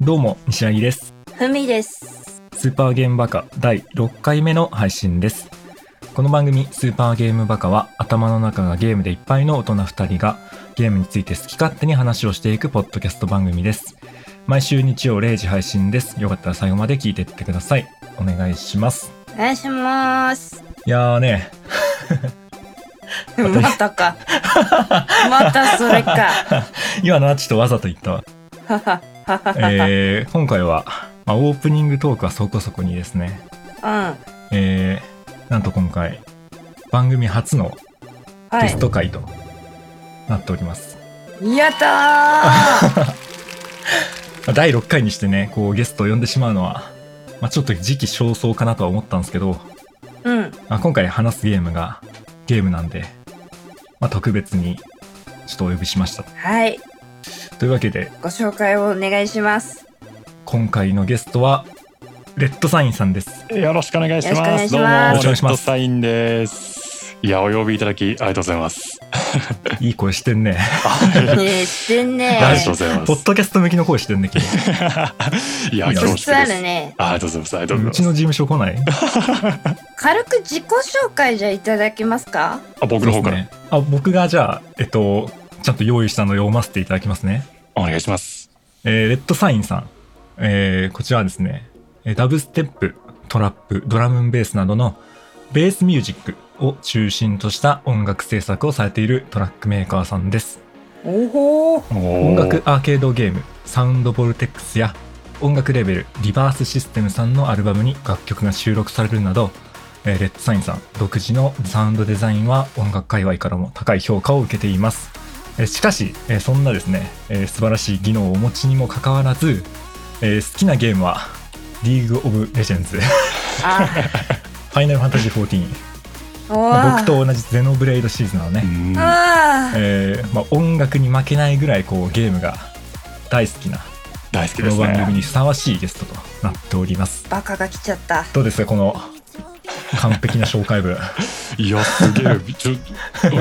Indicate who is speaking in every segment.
Speaker 1: どうも、西柳です。
Speaker 2: ふみです。
Speaker 1: スーパーゲームバカ第6回目の配信です。この番組、スーパーゲームバカは、頭の中がゲームでいっぱいの大人2人が、ゲームについて好き勝手に話をしていくポッドキャスト番組です。毎週日曜0時配信です。よかったら最後まで聞いていってください。お願いします。
Speaker 2: お願いします。
Speaker 1: いやーね、
Speaker 2: またか。またそれか。
Speaker 1: 今のはちょっとわざと言ったわ。
Speaker 2: ははははは
Speaker 1: えー、今回は、まあ、オープニングトークはそこそこにですね、
Speaker 2: は。
Speaker 1: えー、なんと今回、番組初の
Speaker 2: うん。は
Speaker 1: テスト会となっております。
Speaker 2: い。やったー
Speaker 1: まあ第6回にしてね、こうゲストを呼んでしまうのは、まあ、ちょっと時期尚早かなとは思ったんですけど、
Speaker 2: うん。
Speaker 1: まあ、今回話すゲームがゲームなんで、まあ、特別にちょっとお呼びしました。
Speaker 2: はい。
Speaker 1: というわけで、
Speaker 2: ご紹介をお願いします。
Speaker 1: 今回のゲストは、レッドサインさんです。
Speaker 3: よろしくお願いし
Speaker 2: よろ
Speaker 3: ま
Speaker 2: し
Speaker 3: す。
Speaker 2: く
Speaker 3: ど
Speaker 2: お
Speaker 3: うも、
Speaker 2: 願
Speaker 3: レ
Speaker 2: いします
Speaker 1: よろしくお願
Speaker 3: ッ
Speaker 1: いしま
Speaker 3: ド
Speaker 1: す
Speaker 3: サインです。いや、お呼びいただきありがとうございます。
Speaker 1: いい声してんね。
Speaker 3: あ
Speaker 2: ねえ、してんね
Speaker 3: りがとうございま
Speaker 1: ポッ
Speaker 3: す。
Speaker 1: ドキャスト向きの声してんね、君。
Speaker 3: いや、
Speaker 1: ポッ
Speaker 3: 恐
Speaker 2: 素
Speaker 3: 縮
Speaker 2: 質あ
Speaker 3: です。
Speaker 2: るね。
Speaker 3: ありがとうございます。ありがとう
Speaker 1: う
Speaker 3: ご
Speaker 1: ち
Speaker 3: ざい
Speaker 1: の
Speaker 3: ます。
Speaker 1: 事務所来ない
Speaker 2: 軽く自己紹介じゃいただけますか
Speaker 3: あ僕の方から、
Speaker 1: そうですねあ、僕がじゃあ、えっと、ちゃんと用意したのを読ませていただきますね。
Speaker 3: お願いします。
Speaker 1: えーレッドサインさん、えーこちらはですね、えーダブステップ、トラップ、ドラムンベースなどのベースミュージックを中心とした音楽制作をされているトラックメーカーさんです。
Speaker 2: おほー。
Speaker 3: 音
Speaker 1: 音楽アーケードゲーム、サウンドボルテックスや音楽レベル、リバースシステムさんのアルバムに楽曲が収録されるなど、えーレッドサインさん独自のサウンドデザインは音楽界隈からも高い評価を受けています。えーしかし、えーそんなですね、えー素晴らしい技能をお持ちにもかかわらず、えー好きなゲームは、リーグ・オブ・レジェン ズ、フ
Speaker 2: あ、
Speaker 1: ァイナルファンタジー14、
Speaker 2: お
Speaker 1: まあ
Speaker 2: ー。
Speaker 1: 僕と同じゼノブレイドシリーズなのね、
Speaker 3: うん
Speaker 2: あー。
Speaker 1: えーまあ、音楽に負けないぐらいこうゲームが大好きな
Speaker 3: 大好
Speaker 1: こ
Speaker 3: きで
Speaker 1: の
Speaker 3: す
Speaker 1: 番組
Speaker 3: ね。
Speaker 1: にふさわしいゲストとなっております
Speaker 2: バカが来ちゃった。
Speaker 1: どうですかこの完璧な紹介 文
Speaker 3: いや、すげえ、ちょ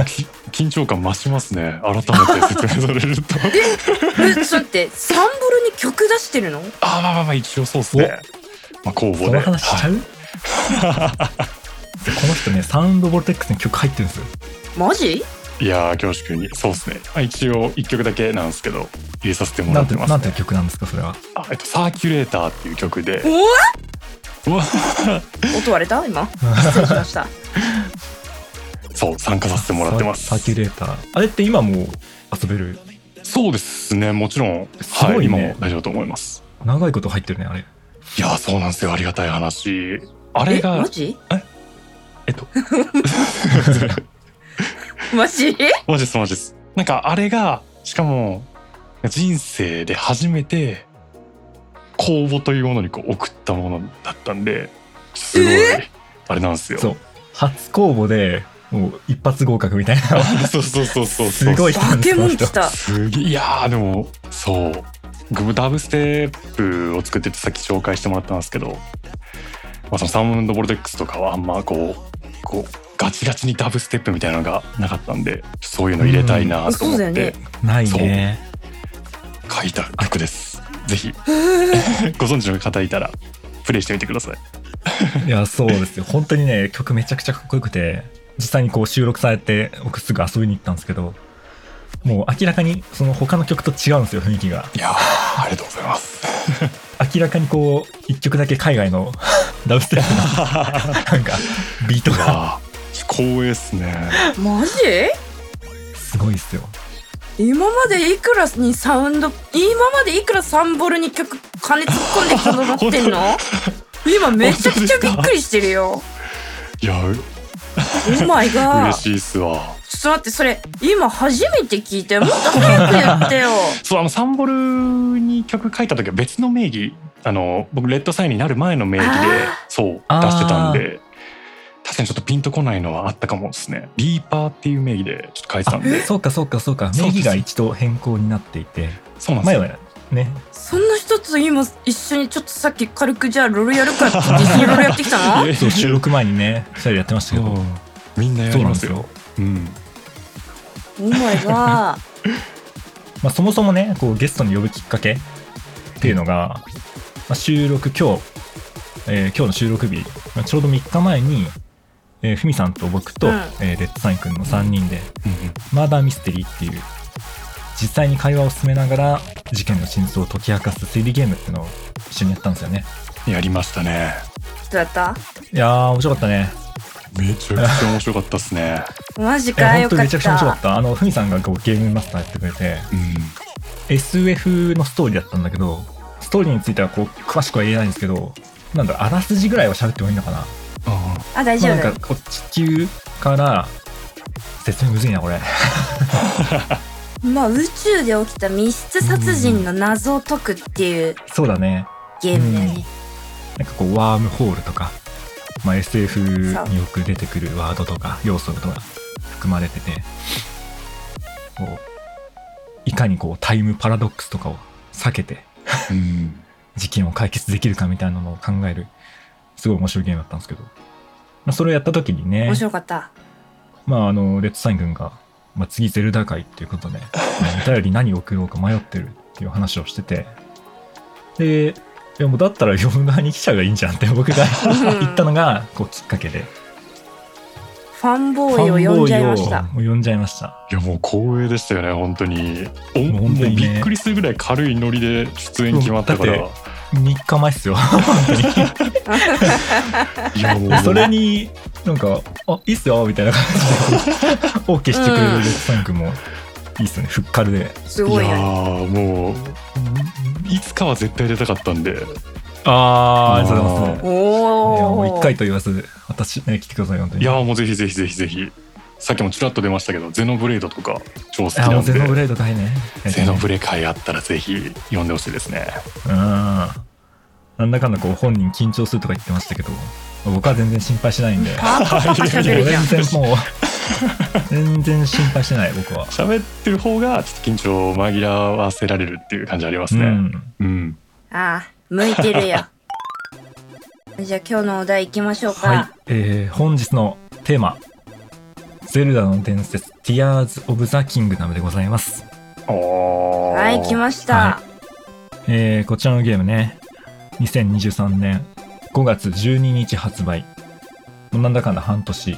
Speaker 3: き緊張感増しますね。改めて説明され
Speaker 2: え、ちょ
Speaker 3: ると。
Speaker 2: っと待って、サンボルに曲出してるの
Speaker 3: あー、まあまあまあ、一応そうですね。まあ、公募
Speaker 1: そ
Speaker 3: で。
Speaker 1: の話しちゃう、この人ねサウンドボルテックスに曲入ってるんですよ
Speaker 2: マジ
Speaker 3: いやー、恐縮に。そうですね。まあ、一応、一曲だけなんですけど、入れさせても
Speaker 1: な
Speaker 3: ら
Speaker 1: ん
Speaker 3: っててます、ね。
Speaker 1: なんていう曲なんですかそれは
Speaker 3: あえっと、サーキュレーターっていう曲で
Speaker 2: おー
Speaker 3: うわ
Speaker 2: 音割れた今。失礼しました。
Speaker 3: そう参加させてもらってます
Speaker 1: サーサーキュレーターあれって今もう遊べる
Speaker 3: そうですねもちろん、
Speaker 1: す
Speaker 3: は
Speaker 1: ご
Speaker 3: い
Speaker 1: いね
Speaker 3: 今も大丈夫だと思います
Speaker 1: 長いこと入ってるねあれ
Speaker 3: いやーそうなんですよありがたい話あれ
Speaker 2: え、
Speaker 3: が
Speaker 2: マジ
Speaker 3: えっと
Speaker 2: マジ
Speaker 3: マジですマジですなんかあれがしかも人生で初めて公募というものにこう送ったものだったんですごい、あれなんですよ
Speaker 1: そう初公募でもう一発合格みたいな
Speaker 3: そうそうそうそう
Speaker 1: す
Speaker 3: そう
Speaker 1: ごい人な
Speaker 2: バ
Speaker 1: んです
Speaker 2: ケ
Speaker 1: こ
Speaker 2: モ
Speaker 1: の
Speaker 2: ン
Speaker 1: 人
Speaker 2: 来た。
Speaker 3: すげえいやーでもそうグダブステップを作っててさっき紹介してもらったんですけど、まあ、そのサウンドボルテックスとかはあんまこうこうガチガチにダブステップみたいなのがなかったんでそういうの入れたいなと
Speaker 2: そ
Speaker 3: 思
Speaker 2: う
Speaker 3: っ
Speaker 2: だよね
Speaker 3: て。
Speaker 1: ないね
Speaker 3: 書いた曲です、ぜひご存知の方いたらプレイしてみてください
Speaker 1: いやそうですよ本当にね曲めちゃくちゃかっこよくて実際にこう収録されて僕すぐ遊びに行ったんですけどもう明らかにその他の曲と違うんですよ雰囲気が
Speaker 3: いやーありがとうございます
Speaker 1: 明らかにこう一曲だけ海外の ダブステップ のなんかビート
Speaker 3: いや
Speaker 1: が
Speaker 3: ー光栄ですね
Speaker 2: マジ
Speaker 1: すごいですよ
Speaker 2: 今までいくらにサウンド今までいくらサンボルに曲金突っ込んできたと思ってんの今めちゃくちゃびっくりしてるよ
Speaker 3: いやー
Speaker 2: お前が
Speaker 3: 嬉
Speaker 2: ちょ
Speaker 3: しいっすわ
Speaker 2: っと待ってそれ今初めて聞いてもっと早くやってよ
Speaker 3: そうあのサンボルに曲書いた時は別の名義あの僕レッドサインになる前の名義で
Speaker 2: あ
Speaker 3: そう出
Speaker 1: あー
Speaker 3: してたんで確かにちょっとピンとこないのはあったかもですねリーパーっていう名義でちょっと書いてたんで
Speaker 1: そうかそうかそうか名義が一度変更になっていて
Speaker 3: そうなんです
Speaker 1: 前
Speaker 3: よ
Speaker 1: はね
Speaker 2: そんな人と今一緒にちょっとさっき軽くじゃあロールやるかって言って一緒にロールやってきたの
Speaker 3: え
Speaker 1: そう収録前にね2人でやってましたけど
Speaker 3: みんなや
Speaker 1: そう
Speaker 3: り
Speaker 1: なん
Speaker 3: ま
Speaker 1: ですす
Speaker 3: よ
Speaker 1: よ、
Speaker 3: うん、
Speaker 2: お前が
Speaker 1: まあ、そもそもねこうゲストに呼ぶきっかけっていうのが、まあ収録今日、えー今日の収録日、まあちょうど3日前に、えーふみさんと僕と、
Speaker 2: うん
Speaker 1: えーレッツサインくんの3人で、
Speaker 3: うん
Speaker 1: マーダーミステリーっていう、実際に会話を進めながら事件の真相を解き明かす推理ゲームっていうのを一緒にやったんですよね。
Speaker 3: うんやりましたね
Speaker 2: どうだった
Speaker 1: いやー、面白かったね。
Speaker 3: めちゃくちゃ面白かったっすね
Speaker 2: マ
Speaker 1: い
Speaker 2: ジ
Speaker 1: や、
Speaker 2: か
Speaker 1: 本
Speaker 2: よ
Speaker 1: 当
Speaker 2: か
Speaker 1: め
Speaker 2: っ
Speaker 1: ちゃくちゃ面白か
Speaker 2: た
Speaker 1: った。あの、ふみさんがこうゲームマスターやってくれて、
Speaker 3: うん
Speaker 1: SF のストーリーだったんだけど、ストーリーについてはこう、詳しくは言えないんですけど、なんだろう、あらすじぐらいは喋ってもいいのかな。
Speaker 3: あ
Speaker 2: あ大
Speaker 1: ま
Speaker 2: 丈
Speaker 1: あ、なん
Speaker 2: 夫
Speaker 1: かこう、地球から、説明むずいな、これ。
Speaker 2: まあ宇宙で起きた密室殺人の謎を解くっていう
Speaker 1: そうだね。
Speaker 2: ゲームだよね
Speaker 1: なんかこう、ワームホールとか、まあ、SF
Speaker 2: そう
Speaker 1: によく出てくるワードとか、要素とか含まれてて、こう、いかにこう、タイムパラドックスとかを避けて、
Speaker 3: あうん
Speaker 1: 事件を解決できるかみたいなのを考える、すごい面白いゲームだったんですけど、まあ、それをやった時にね
Speaker 2: 面、白かった
Speaker 1: まあ、あの、レッドサイン軍が、まあ、次ゼルダ会っていうことで、お便り何を送ろうか迷ってるっていう話をしてて、で、いやもうだったら読む側に来ちゃえばいいんじゃんって僕 が言ったのが、こう、きっかけで。
Speaker 2: ファンボーイを呼んじゃいまし
Speaker 1: フ
Speaker 2: た
Speaker 1: ァンボーイを呼んじゃいました。
Speaker 3: いやもう光栄でしたよね本当にお
Speaker 1: もう
Speaker 3: も
Speaker 1: 本当
Speaker 3: う
Speaker 1: にね
Speaker 3: びっくりするぐらい軽いノリで出演決まったから、
Speaker 1: うんだ3日前っすよ。
Speaker 3: いやもう
Speaker 1: それに、なんか、あ、いいっすよ、みたいな感じで、オーケーしてくれるレッドサイン君も、いいっすよね、ふっかるで。
Speaker 2: す
Speaker 3: い
Speaker 2: ごい
Speaker 3: や
Speaker 2: よね
Speaker 3: ーもういつかは絶対出たかったんで
Speaker 1: あー、ありがとうございます。いや
Speaker 2: お
Speaker 1: もう
Speaker 2: お
Speaker 1: 一回と言わず、私、ね、来てください、本当に。
Speaker 3: いやーもうぜひぜひぜひぜひさっきもちらっと出ましたけどゼノブレイドとか超好き
Speaker 1: あ
Speaker 3: な
Speaker 1: も
Speaker 3: ん
Speaker 1: う
Speaker 3: で
Speaker 1: ゼノブレード大変ね。
Speaker 3: ゼノブレ会あったらぜひ読んでほしいですね
Speaker 1: うん。なんだかんだこう本人緊張するとか言ってましたけど、僕は全然心配しないんで。
Speaker 2: パパパパ喋るじゃん
Speaker 1: 全然もう、全然心配してない、僕は。
Speaker 3: 喋ってる方がちょっと緊張を紛らわせられるっていう感じあります
Speaker 1: う
Speaker 3: ね
Speaker 1: ん。
Speaker 3: うん、
Speaker 2: ああ向いてるよ じゃあ今日のお題いきましょうか、
Speaker 1: はい。えー、本日のテーマ、ゼルダの伝説、Tears of the Kingdom でございます。
Speaker 3: おー
Speaker 2: はい、来ました。
Speaker 1: えーこちらのゲームね、2023年5月12日発売。もうなんだかんだ半年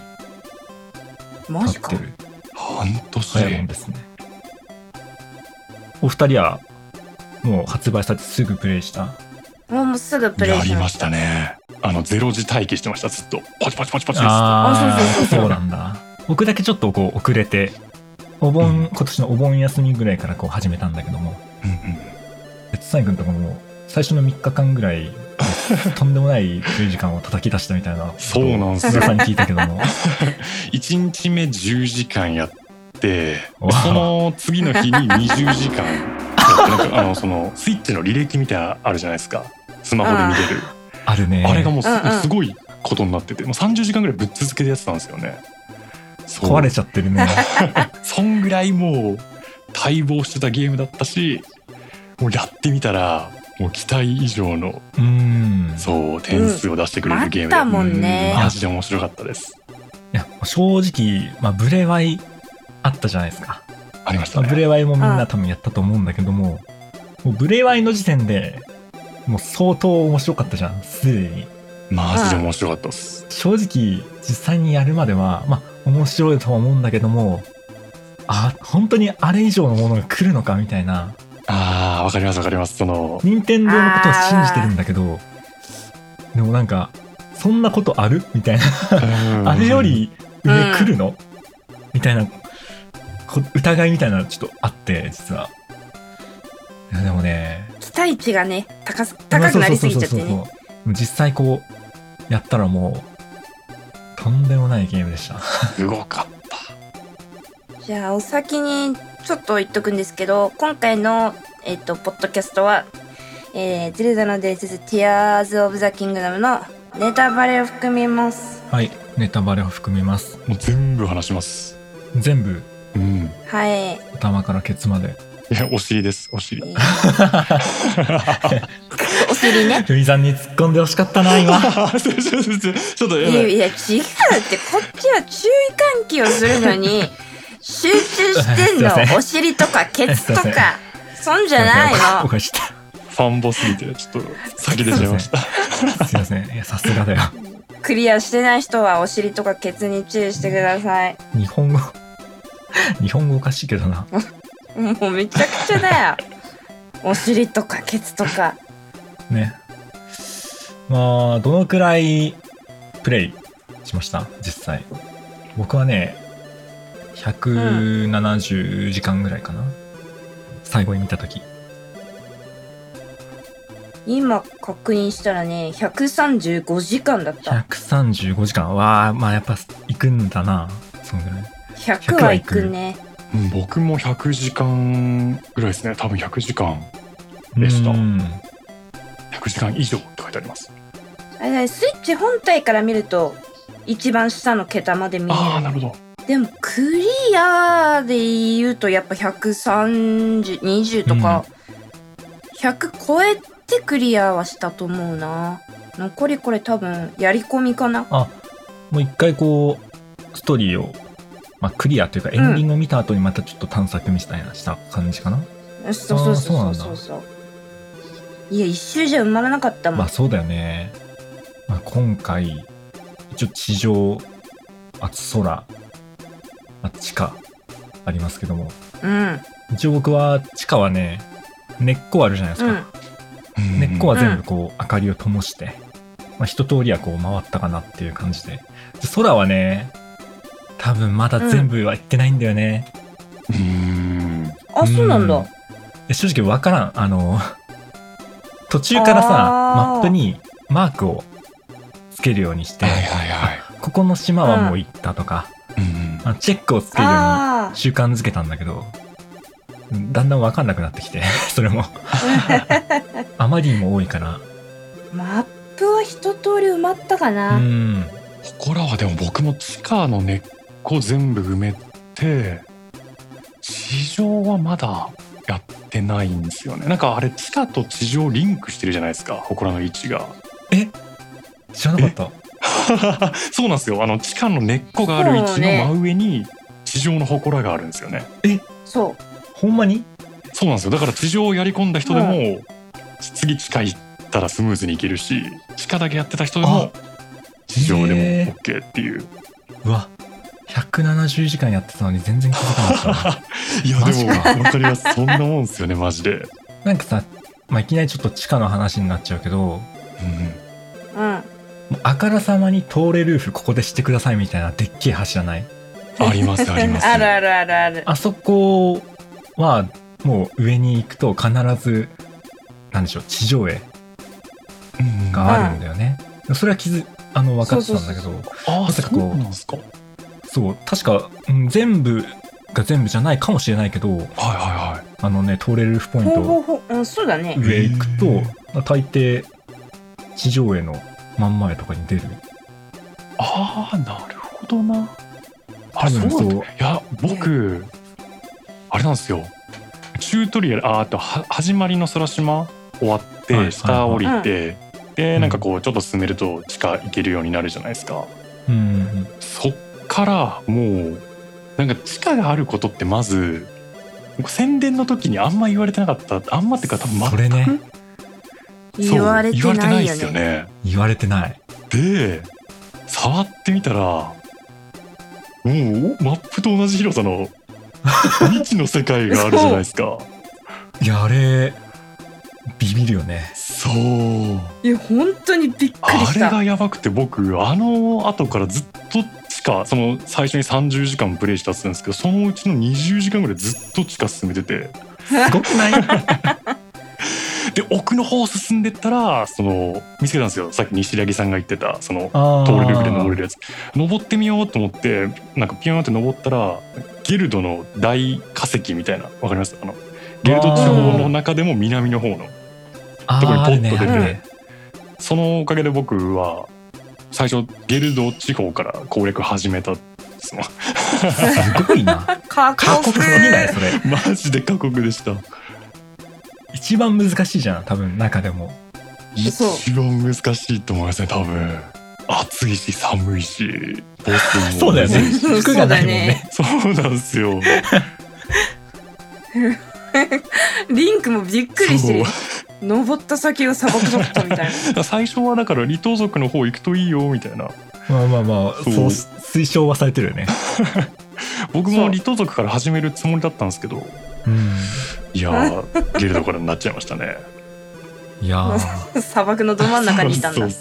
Speaker 2: マジか
Speaker 1: 経って。る。
Speaker 3: 半年
Speaker 1: 早いもんですね。お二人は、もう発売されてすぐプレイした。
Speaker 2: もうもうすぐプレイ
Speaker 3: や
Speaker 2: し
Speaker 3: りま
Speaker 2: ます。
Speaker 3: したねあのゼロ時待機してましたずっとパチパチパチパチです
Speaker 1: あ
Speaker 2: あそうそうそうそう
Speaker 1: そうなんだ。僕だけちょっとこう遅れて、お盆、
Speaker 3: うん
Speaker 1: 今年のお盆休みぐらいからこう始めたんだけども、
Speaker 3: うん
Speaker 1: 別サイ君とかも最初の3日間ぐら い、とんでもないプレイ時間を叩き出したみたいな。
Speaker 3: そうなんすよ
Speaker 1: さんに聞いたけ ども。
Speaker 3: 1日目10時間やって
Speaker 1: わあ
Speaker 3: その次の日に20時 間やってなんかあのそのスイッチの履歴みたいなのあるじゃないですかスマホで見れる
Speaker 1: あるね。
Speaker 3: あれがもうす,、
Speaker 2: うんうん
Speaker 3: ごいことになっててもう30時間ぐらいぶっ続けてやってたんですよねそう
Speaker 1: 壊れちゃってるね。
Speaker 3: そんぐらいもう待望してたゲームだったしもうやってみたらもう期待以上の
Speaker 1: うん。
Speaker 3: そう点数を出してくれるゲーム
Speaker 2: 待
Speaker 3: で、
Speaker 2: ったもんね
Speaker 3: うマジで面白かったです
Speaker 1: いや、正直、まあ、ブレワイあったじゃないですか。
Speaker 3: ありました
Speaker 1: まあ、
Speaker 3: ね
Speaker 1: ブレワイもみん
Speaker 2: あ
Speaker 1: な
Speaker 2: あ
Speaker 1: 多分やったと思うんだけども、もうブレワイの時点で、もう相当面白かったじゃん、すでに。
Speaker 3: マジで面白かったです
Speaker 1: 正直、実際にやるまでは、まあ、面白いとは思うんだけども、あ、本当にあれ以上のものが来るのかみたいな、
Speaker 3: あーわかりますわかりますその
Speaker 1: 任天堂のことを信じてるんだけど、でもなんか、そんなことあるみたいな。あれより上来るの、みたいなこ疑いみたいなのちょっとあって実はいやでもね
Speaker 2: 期待値がね、高す高くなりすぎちゃって
Speaker 1: そうそう
Speaker 2: ね。
Speaker 1: そうそうでも実際こうやったらもうとんでもないゲームでした
Speaker 3: すごかっ
Speaker 2: じゃあ、お先にちょっと言っとくんですけど、今回の、えっと、ポッドキャストは、えー、ゼルダの伝説、Tears of the Kingdom のネタバレを含みます。
Speaker 1: はいネタバレを含みます
Speaker 3: たもう全部話します
Speaker 1: 全部
Speaker 3: うん
Speaker 2: はい。
Speaker 1: 頭からケツまで
Speaker 3: いやお尻ですお
Speaker 2: え
Speaker 3: 尻
Speaker 2: ーお尻ね。
Speaker 1: ふみさんに突っ込んでほしかったな今
Speaker 3: そうそうそうそうちょっと
Speaker 2: い
Speaker 3: やば
Speaker 2: や
Speaker 3: い
Speaker 2: いや違うってこっちは注意喚起をするのに集中してん
Speaker 1: すいませ
Speaker 2: の
Speaker 1: ん
Speaker 2: お尻とかケツと
Speaker 1: すいま
Speaker 2: かそんじゃない
Speaker 1: お
Speaker 2: の
Speaker 1: かしい
Speaker 3: ファンボすぎてちょっと先出ちゃいました。
Speaker 1: すいませんいやさすがだよ
Speaker 2: クリアしてない人はお尻とかケツに注意してください。
Speaker 1: 日本語日本語おかしいけどな
Speaker 2: もうめちゃくちゃだよ。 お尻とかケツとか。
Speaker 1: ねまあどのくらいプレイしました実際僕はね170時間ぐらいかな、最後に見た時
Speaker 2: 今確認したらね、135時間だった。
Speaker 1: 135時間わあまあやっぱ行くんだなそのぐらい
Speaker 2: 100はいくね。
Speaker 3: うん僕も100時間ぐらいですね。多分100時間、でした
Speaker 1: うん
Speaker 3: 100時間以上って書いてあります。
Speaker 2: あれだねスイッチ本体から見ると、一番下の桁まで見え
Speaker 3: ああ、なるほど。
Speaker 2: る。でも、クリアで言うと、やっぱ130、20とか、100超えてクリアはしたと思うな。残りこれ多分、やり込みかな。
Speaker 1: あもう一回こうストーリーを、まあ、クリアというかエンディングを見た後にまたちょっと探索みたいなした感じかな、
Speaker 2: そうそうそう
Speaker 1: あー
Speaker 2: そう
Speaker 1: そう
Speaker 2: そ
Speaker 1: なんだ
Speaker 2: うそう。いや、一周じゃ埋まらなかったもん。
Speaker 1: まあそうだよね、まあ、今回一応地上あ空あ地下ありますけども
Speaker 2: うん。
Speaker 1: 一応僕は地下はね根っこあるじゃないです
Speaker 2: う
Speaker 1: か、
Speaker 2: ん。
Speaker 1: 根っこは
Speaker 3: うん
Speaker 1: 全部こう明かりを灯して、まあ、一通りはこう回ったかなっていう感じでで空はね多分まだ全部は行ってないんだよね、
Speaker 3: うーん。
Speaker 2: あ、そうなんだ。
Speaker 1: うんで正直わからんあの途中からさ
Speaker 2: あー
Speaker 1: マップにマークをつけるようにして、
Speaker 3: はいはいはい。
Speaker 1: ここの島はもう行ったとか、
Speaker 3: うん
Speaker 1: あのチェックをつけるように
Speaker 2: ああ
Speaker 1: 習慣づけたんだけどだんだんわかんなくなってきて それ もあまりにも多いから
Speaker 2: ー。マップは一通り埋まったか
Speaker 1: う
Speaker 2: な。
Speaker 1: ん
Speaker 3: ここらはでも僕も地下の根っこ全部埋めて地上はまだやってないんですよねなんかあれ地下と地上リンクしてるじゃないですか祠の位置が
Speaker 1: 知らなかった
Speaker 3: そうなんですよあの地下の根っこがある位
Speaker 2: そう
Speaker 3: 置
Speaker 2: ね
Speaker 3: の真上に地上の祠があるんですよね
Speaker 2: そ
Speaker 1: ほんまに
Speaker 3: そうなんですよだから地上をやり込んだ人で
Speaker 2: う
Speaker 3: も次地下行ったらスムーズに行けるし地下だけやってた人でも地上でも
Speaker 1: へー
Speaker 3: OK っていう
Speaker 1: うわ170時間やってたのに全然気づかなか っ
Speaker 3: いや
Speaker 1: マ
Speaker 3: で
Speaker 1: ジ
Speaker 3: も
Speaker 1: か
Speaker 3: わかります そんなもんですよねマジで。
Speaker 1: たなんかさ、まあ、いきなりちょっと地下の話になっちゃうけど
Speaker 3: うん
Speaker 2: う。うん。
Speaker 1: もうあからさまに通れルーフここでしてくださいみたいなでっけえ橋はない
Speaker 3: ありますありま す。
Speaker 2: あるあるあるある。
Speaker 1: あそこはもう上に行くと必ずなんでしょう地上絵
Speaker 3: うん
Speaker 1: があるんだよね、それは気づあの分かってたんだけどそう
Speaker 3: あ
Speaker 1: まさかこう
Speaker 3: そうなんですか。はい
Speaker 1: 確か、うん全部が全部じゃないかもしれないけど
Speaker 3: は
Speaker 1: あのね通れルーフポイン
Speaker 2: ほうほう
Speaker 1: ト
Speaker 2: ほう。うん、そうだね。
Speaker 1: 上行くと
Speaker 3: へ
Speaker 1: まあ大抵地上絵の真ん前とかに出る
Speaker 3: いはい。ああなるほどな。あ
Speaker 1: 多
Speaker 3: そう
Speaker 1: 分
Speaker 3: だ
Speaker 1: そ
Speaker 3: いうや僕あれなんですよ。チュートリアルああとは始まりの空島終わっ
Speaker 1: はい
Speaker 3: て下降りてでなんかこうちょっと進めると地下行けるようになるじゃないですか。
Speaker 1: うん
Speaker 3: そっからもうなんか地下があることってまず僕宣伝の時にあんま言われてなかったあんまっていうか多分全く
Speaker 1: それね
Speaker 3: そう
Speaker 2: 言われてないよ
Speaker 3: 言われてないですよ
Speaker 2: ね。
Speaker 3: ね。
Speaker 1: 言われてない
Speaker 3: で触ってみたらもうマップと同じ広 さの未知の世界があるじゃないですか
Speaker 1: いやあれビビるよね
Speaker 3: そう
Speaker 2: いや、本当にびっくり
Speaker 3: あ
Speaker 2: し
Speaker 3: れ
Speaker 2: た。
Speaker 3: がやばくて僕あの後からずっと地下その最初に30時間プレイしたっつうんですけどそのうちの20時間ぐらいずっと地下進めてて
Speaker 1: すごくない
Speaker 3: で奥の方進んでったらその見つけたんですよさっき西良木さんが言ってたその
Speaker 1: あー
Speaker 3: 通れるぐらい登れるやつ登ってみようと思ってなんかピヨンって登ったらゲルドの大化石みたいなわかりますあのゲルド地方の中でも南の方の
Speaker 1: あ
Speaker 3: とこ
Speaker 1: ー
Speaker 3: に
Speaker 1: あるね
Speaker 3: ポッと出て
Speaker 1: あるね
Speaker 3: そのおかげで僕は最初ゲルド地方から攻略始めたそ の
Speaker 1: すごいな
Speaker 2: 過
Speaker 1: 過
Speaker 2: 酷
Speaker 1: 酷すぎないそれ
Speaker 3: マジで過酷でした
Speaker 1: 一番難しいじゃん多分中でも
Speaker 2: そう
Speaker 3: 一番難しいと思いますね多分暑いし寒いしボスも
Speaker 1: そうだよね
Speaker 2: そう
Speaker 1: 服がないもんね
Speaker 3: そうなんですよ
Speaker 2: リンクもびっくりしてる
Speaker 3: そ。
Speaker 2: 登った先が砂漠だったみたいな
Speaker 3: 最初はだから離島族の方行くといいよみたいな
Speaker 1: まあまあまあ、
Speaker 3: そう
Speaker 1: そうし推奨はされてるよね。
Speaker 3: 僕
Speaker 2: そ
Speaker 3: も
Speaker 2: う
Speaker 3: 離島族から始めるつもりだったんですけど
Speaker 1: うん。
Speaker 3: い やーゲルドからになっちゃいましたね
Speaker 1: いやー、
Speaker 2: 砂漠のど真ん中にいたんだ
Speaker 3: そう
Speaker 1: い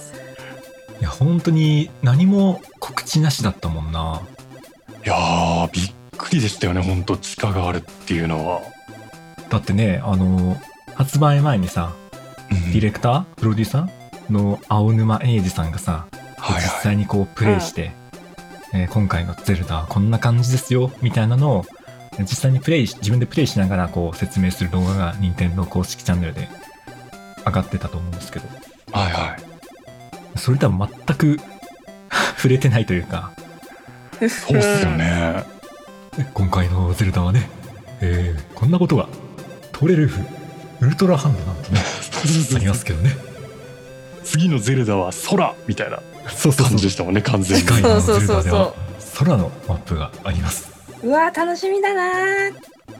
Speaker 1: や本当に何も告知なしだったもんな。
Speaker 3: いやーびっくりでしたよねほんと地下があるっていうのは、
Speaker 1: だってね、あの、発売前にさ、
Speaker 3: うん
Speaker 1: ディレクター、プロデューサーの青沼英二さんがさ、
Speaker 3: はい
Speaker 1: 実
Speaker 3: はい
Speaker 1: 際にこうプレイして、えー今回のゼルダはこんな感じですよ、みたいなのを、実際にプレイし、自分でプレイしながらこう説明する動画が任天堂公式チャンネルで上がってたと思うんですけど、
Speaker 3: はいはい
Speaker 1: それとは全く 触れてないというか、
Speaker 3: そうっすよね。
Speaker 1: 今回のゼルダはね、えーこんなことが、トレルフ、ウルトラハンドなんてね、ありますけどね。
Speaker 3: 次のゼルダは空みたいな
Speaker 1: そうそうそ
Speaker 3: 感じ
Speaker 1: う
Speaker 3: で。したもんね、完全に
Speaker 1: 次。回の
Speaker 2: そう
Speaker 1: ゼ
Speaker 2: そう
Speaker 1: ル
Speaker 2: そ
Speaker 1: ダ
Speaker 2: う
Speaker 1: で
Speaker 2: そ
Speaker 1: は空のマップがあります。
Speaker 2: ううわー楽しみだなー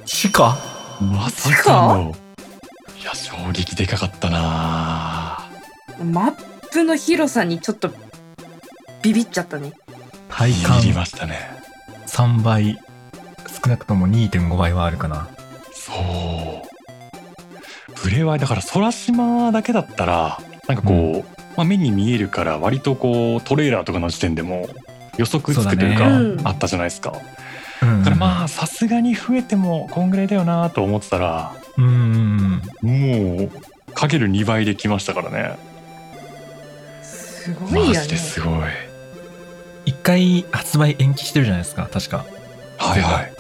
Speaker 1: 地下
Speaker 3: まさかの。いや、衝撃でかかったな
Speaker 2: マップの広さにちょっとビビっちゃったね
Speaker 1: 体
Speaker 3: ぁ。ビビり
Speaker 1: 感
Speaker 3: ましたね。
Speaker 1: 3倍、少なくとも2.5倍はあるかな。
Speaker 3: そう。ブレワイ、だから空島だけだったら、なんかこう、
Speaker 1: う
Speaker 3: まあ、目に見えるから、割とこう、トレーラーとかの時点でも予測つくという
Speaker 1: そう
Speaker 3: か、
Speaker 1: だ
Speaker 2: ねうん
Speaker 3: あったじゃないですか。だ
Speaker 1: うん
Speaker 3: からまあ、さすがに増えても、こんぐらいだよなぁと思ってたら、
Speaker 1: うんうん
Speaker 3: もう、かける2倍できましたからね。
Speaker 2: すごいよ
Speaker 3: マ
Speaker 2: ね
Speaker 3: ジですごい。
Speaker 1: 一回発売延期してるじゃないですか、確か。
Speaker 3: はいはい。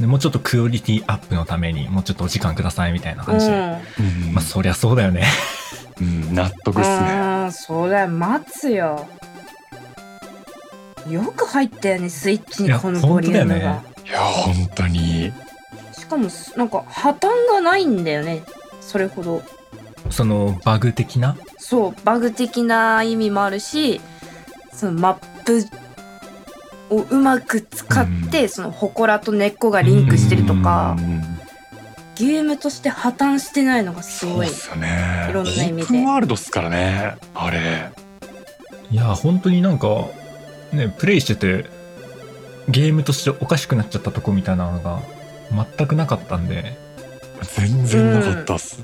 Speaker 1: でもうちょっとクオリティアップのために、もうちょっとお時間くださいみたいな
Speaker 2: う
Speaker 1: 感じで。
Speaker 2: ん
Speaker 3: うん
Speaker 1: まあそりゃそうだよね。
Speaker 3: うん、納得っすね。
Speaker 2: うんそりゃ待つよよく入ったよねスイッチ
Speaker 1: い
Speaker 2: に
Speaker 1: や
Speaker 2: このボリュームが、
Speaker 1: 本当だよね
Speaker 3: いや、本当に。
Speaker 2: しかもすなんか破綻がないんだよねそれほど
Speaker 1: そのバグ的な
Speaker 2: そうバグ的な意味もあるしそのマップをうまく使って、その祠と根っこがリンクしてるとか、
Speaker 3: うん
Speaker 2: ゲームとして破綻してないのがす
Speaker 3: そう
Speaker 2: ご
Speaker 3: っ
Speaker 2: い
Speaker 3: すよね。
Speaker 2: いろんな意味で
Speaker 3: オープンワールドっすからね、あれ。
Speaker 1: いや本当になんかねプレイしててゲームとしておかしくなっちゃったとこみたいなのが全くなかったんで
Speaker 3: 全然なかったっす。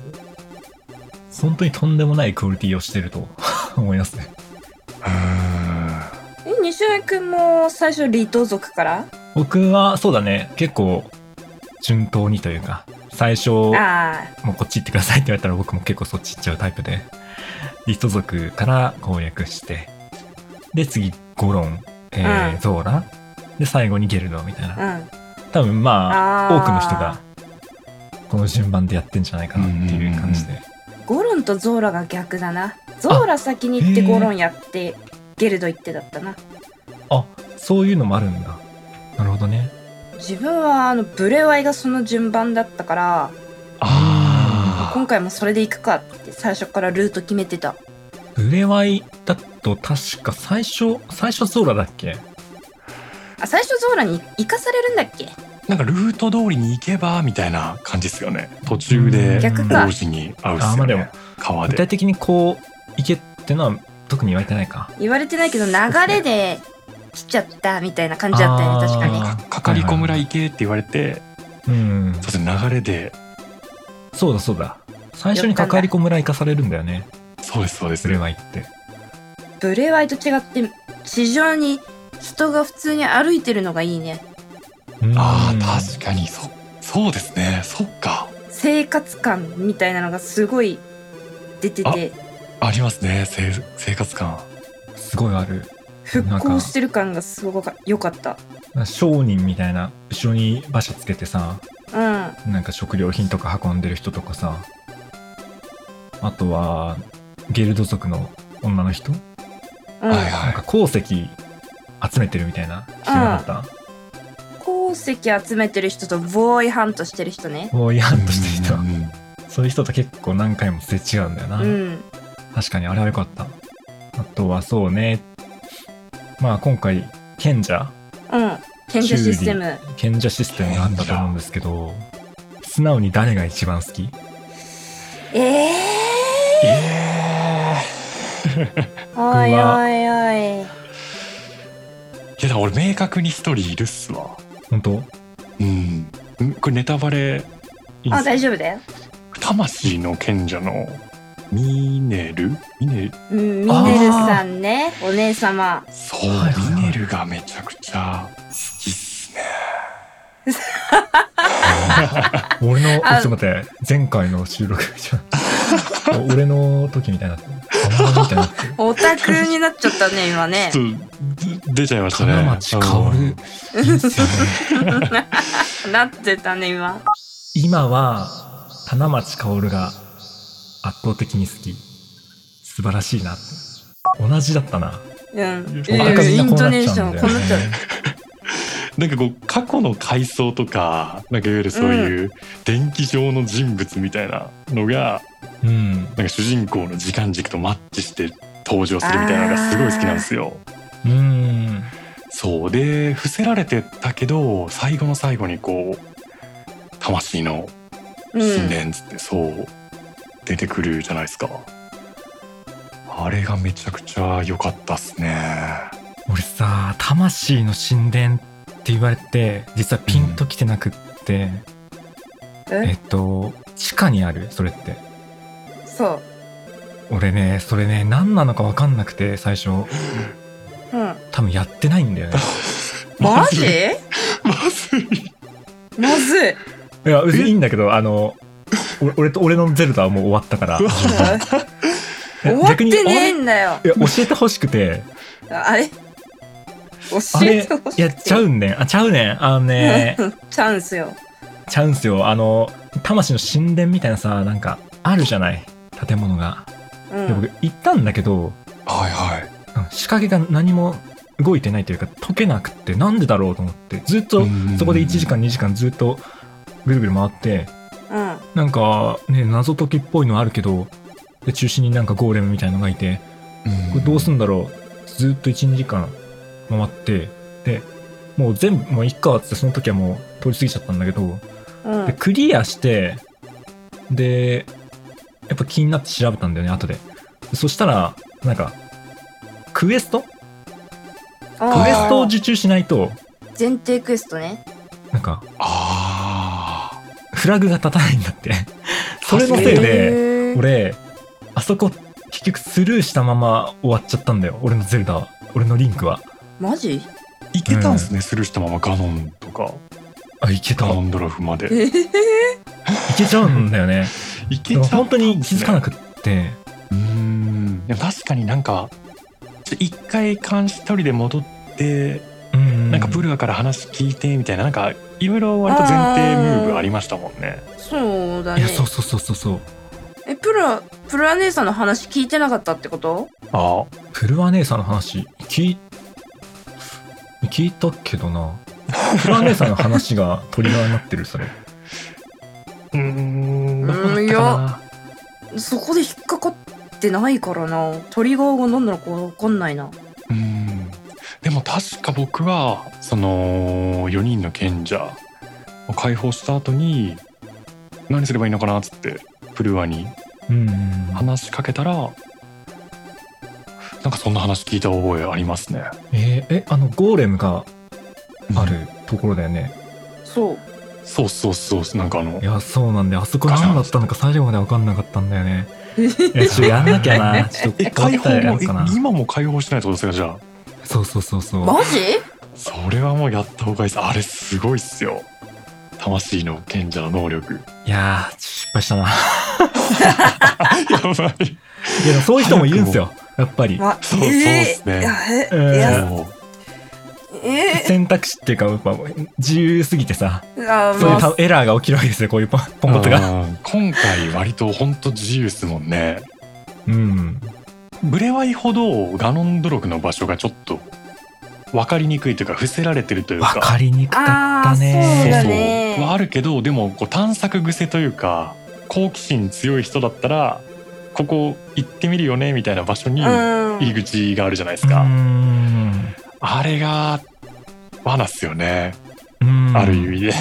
Speaker 1: 本当にとんでもないクオリティをしてると 思いますね
Speaker 3: う
Speaker 2: え西尾君も最初離島族から
Speaker 1: 僕はそうだね結構順当にというか最初も
Speaker 2: ああ
Speaker 1: うこっち行ってくださいって言われたら僕も結構そっち行っちゃうタイプでリスト族から攻略してで次ゴロン、えー
Speaker 2: うん
Speaker 1: ゾーラで最後にゲルドみたいな
Speaker 2: うん
Speaker 1: 多分まあ
Speaker 2: あー
Speaker 1: 多くの人がこの順番でやってんじゃないかなっていう感じで、
Speaker 2: ゴロンとゾーラが逆だなゾーラ先に行って
Speaker 1: あへー
Speaker 2: ゴロンやってゲルド行ってだったな
Speaker 1: そういうのもあるんだなるほどね
Speaker 2: 自分はあのブレワイがその順番だったから
Speaker 1: あ
Speaker 2: 今回もそれで行くかって最初からルート決めてた
Speaker 1: ブレワイだと確か最初最初ゾーラだっけ
Speaker 2: あ最初ゾーラに行かされるんだっけ
Speaker 3: なんかルート通りに行けばみたいな感じっすよね。途中で
Speaker 2: 逆か
Speaker 3: 王子に会うっ
Speaker 1: あ
Speaker 3: す
Speaker 1: ま
Speaker 3: よ
Speaker 1: あでも
Speaker 3: ね。川
Speaker 1: 具
Speaker 3: で
Speaker 1: 体。的にこう行けってのは特に言われてないか
Speaker 2: 言われてないけど流れで 来ちゃったみたいな感じだったよね確かに
Speaker 1: あ
Speaker 3: かかりこ村行けって言われて、
Speaker 1: うん
Speaker 3: そうですね流れで、
Speaker 1: そうだそうだ最初にかかりこ村行かされるんだよね
Speaker 3: そうですそうです
Speaker 1: ブ。レワイって
Speaker 2: ブレワイと違って地上に人が普通に歩いてるのがいいね
Speaker 3: ああ
Speaker 1: か
Speaker 3: 確かにそそうですね。そっか
Speaker 2: 生活感みたいなのがすごい出てて
Speaker 3: ありますね。せい生活感。
Speaker 1: すごいある
Speaker 2: 復
Speaker 1: なん
Speaker 2: 興
Speaker 1: か
Speaker 2: してる感がすごく良かった
Speaker 1: 商人みたいな後ろに馬車つけてさ
Speaker 2: うん
Speaker 1: なんか食料品とか運んでる人とかさあとはゲルド族の女の人、
Speaker 2: うん、
Speaker 3: はい
Speaker 1: な
Speaker 3: は
Speaker 1: ん
Speaker 3: い
Speaker 1: か。鉱石集めてるみたいな聞かなかっ
Speaker 2: 鉱石集めてる人とボーイハントしてる人ね
Speaker 1: たもうイハンとしてる人
Speaker 3: うんうんうん
Speaker 1: そういう人と結構何回もすれ違うんだよな、
Speaker 2: うん
Speaker 1: 確かにあれは良かったあとはそうねまあ今回賢者
Speaker 2: うん賢者システム
Speaker 1: 賢者システムがあったと思うんですけど素直に誰が一番好き
Speaker 2: ええ
Speaker 3: え
Speaker 2: ー、おいおいおい
Speaker 3: いやだから俺明確に一人いるっすわ
Speaker 1: 本当
Speaker 3: うんんこれネタバレいい
Speaker 2: あ
Speaker 3: っす
Speaker 2: 大丈夫だよ
Speaker 3: 魂の賢者のミネルミネル
Speaker 2: うんミネルさんねお姉様
Speaker 3: そう、
Speaker 1: はいはいはい
Speaker 3: ミネルがめちゃくちゃ好きっすね
Speaker 1: 俺の、
Speaker 2: あ
Speaker 1: ちょっと待って、前回の収録じゃん。お俺の時みたいになってる。浜田みたいになってる。
Speaker 2: オタクになっちゃったね今ね
Speaker 3: ちょっとで出ちゃいましたね
Speaker 1: 金町
Speaker 3: う
Speaker 1: 薫い
Speaker 3: ん、
Speaker 1: いっすよね。
Speaker 2: なってたね今
Speaker 1: 今は、金町薫が圧倒的に好き。素晴らしいなって。同じだったな。
Speaker 2: うん
Speaker 1: 赤字
Speaker 2: イ
Speaker 1: なこ
Speaker 2: ン
Speaker 1: うな
Speaker 2: ト
Speaker 1: っ
Speaker 2: ネー
Speaker 1: ち
Speaker 2: シ
Speaker 1: ゃ
Speaker 2: ョ
Speaker 1: うん
Speaker 2: ン
Speaker 1: だ
Speaker 2: こ
Speaker 1: よ
Speaker 2: うなっちゃう
Speaker 1: ね。
Speaker 3: なんかこう過去の回想とかなんかいわゆるそういう電気上の人物みたいなのが、
Speaker 1: うん。
Speaker 3: なんか主人公の時間軸とマッチして登場するみたいなのがすごい好きなんですよ。
Speaker 1: うん。
Speaker 3: そうで伏せられてたけど最後の最後にこう魂の
Speaker 2: うん
Speaker 3: 神殿っつって、そう出てくるじゃないですかあれがめちゃくちゃ良かったっすね
Speaker 1: 俺さ、魂の神殿って言われて、実はピンときてなくって、え
Speaker 2: え
Speaker 1: っと、地下にあるそれって。
Speaker 2: そ
Speaker 1: 俺ね、それね、何なのかわかんなくて、最初。
Speaker 2: ううん
Speaker 1: 多分やってないんだよね。
Speaker 2: マ ジ
Speaker 3: いまずい
Speaker 2: まずい
Speaker 1: いや、別にいいんだけど、あの、俺俺と俺のゼルダはもう終わった から。
Speaker 2: 終わっ
Speaker 1: 逆
Speaker 2: て
Speaker 1: に
Speaker 2: ねえんだよ
Speaker 1: あれいや、教えてほしくて。
Speaker 2: あれ教
Speaker 1: あ
Speaker 2: え
Speaker 1: れ
Speaker 2: てほしい
Speaker 1: いや、ちゃうんねん。あ、ちゃうねん。あのね、
Speaker 2: チャンスよ
Speaker 1: ちゃうんすよ。あの、魂の神殿みたいなさ、なんか、あるじゃない。建物が。
Speaker 2: う
Speaker 1: で、
Speaker 2: ん
Speaker 1: 僕、行ったんだけど、
Speaker 3: はいはい
Speaker 1: うん仕掛けが何も動いてないというか、解けなくって、なんでだろうと思って、ずっと、そこで1時間、2時間ずっと、ぐるぐる回って、
Speaker 2: うん
Speaker 1: なんか、ね、謎解きっぽいのあるけど、で、中心になんかゴーレムみたいのがいて、これどうすんだろうずーっと1、2時間回って、で、もう全部、もういっかっつってその時はもう通り過ぎちゃったんだけど、
Speaker 2: うん
Speaker 1: で、クリアして、で、やっぱ気になって調べたんだよね、後で。でそしたら、なんか、クエストク
Speaker 2: あー
Speaker 1: エストを受注しないと、
Speaker 2: 前提クエストね
Speaker 1: なんか、
Speaker 3: あ
Speaker 1: フラグが立たないんだって。それのせいで、
Speaker 2: へー
Speaker 1: 俺あそこ結局スルーしたまま終わっちゃったんだよ俺のゼルダは俺のリンクは
Speaker 2: マジ
Speaker 3: あいけたんすね、スルーしたままガノンとか
Speaker 1: あいけた
Speaker 3: ガノ
Speaker 1: い
Speaker 3: ンドラフまで
Speaker 2: えー
Speaker 1: けちゃうんだよね
Speaker 3: いけ
Speaker 1: で
Speaker 3: ちゃ
Speaker 1: も
Speaker 3: った
Speaker 1: 本当
Speaker 3: んすね
Speaker 1: に気づかなくって
Speaker 3: うーんでも確かになんかちょ一回監視取りで戻って
Speaker 1: うん
Speaker 3: なんかブルアから話聞いてみたいななんかいろいろ割と前提ムーブありましたもんね
Speaker 2: そうだ
Speaker 1: い
Speaker 2: ね
Speaker 1: やそうそうそうそうそう
Speaker 2: えプラプラ姉さんの話聞いてなかったってこと
Speaker 3: あ
Speaker 1: プルワ姉さんの話聞い聞いたけどなプルワ姉さんの話がトリガーになってるそれ
Speaker 3: うーんどうだったか
Speaker 2: うんいや
Speaker 3: な
Speaker 2: そこで引っかかってないからなトリガーが何なのか分かんないな
Speaker 3: うーんでも確か僕はその4人の賢者を解放した後に何すればいいのかなっつってプルアに
Speaker 1: うん
Speaker 3: 話しかけたらなんかそんな話聞いた覚えありますね
Speaker 1: えーえあのゴーレムがあるところだよね、
Speaker 2: そう
Speaker 3: そうそうそうなんかあの
Speaker 1: いやそうなんであそこ何だったのか最後まで分かんなかったんだよね
Speaker 2: え
Speaker 1: いやちょっとやんなきゃな。ちょっと
Speaker 3: え解放
Speaker 1: 困った
Speaker 3: も
Speaker 1: やつかな
Speaker 3: え。今も解放してないってことですかじゃあ
Speaker 1: そうそうそうそう。
Speaker 2: マジ
Speaker 3: それはもうやった方がいいですあれすごいっすよ魂の賢者の能力
Speaker 1: いやー、失敗したな。い
Speaker 3: やばい
Speaker 1: や、そういう人もいるんですよ。やっぱり。
Speaker 2: ま
Speaker 3: そうそうっす
Speaker 2: えー
Speaker 3: ね
Speaker 2: いや
Speaker 1: う
Speaker 2: えいや
Speaker 1: ん
Speaker 3: も
Speaker 2: え
Speaker 1: 選択肢っていうか、やっぱ自由すぎてさ、
Speaker 2: ーあー
Speaker 1: そういう
Speaker 2: ま
Speaker 1: たエラーが起きるわけですよ、こういうポン
Speaker 3: う
Speaker 1: ポンコツが。
Speaker 3: うん今回割とほんと自由っすもんね
Speaker 1: うん。
Speaker 3: ブレワイほどガノンドロクの場所がちょっと分かりにくいというか伏せられてるという
Speaker 1: わ
Speaker 3: か
Speaker 1: かりにくかった
Speaker 2: あーそう
Speaker 1: ね
Speaker 2: だ。ね
Speaker 3: はあるけどでもこう探索癖というか好奇心強い人だったらここ行ってみるよねみたいな場所に
Speaker 2: あうん
Speaker 3: 入り口があるじゃないです
Speaker 1: う
Speaker 3: か、
Speaker 1: ん。
Speaker 3: あれが罠っすよね、
Speaker 1: うん
Speaker 3: ある意味で
Speaker 2: ちゃ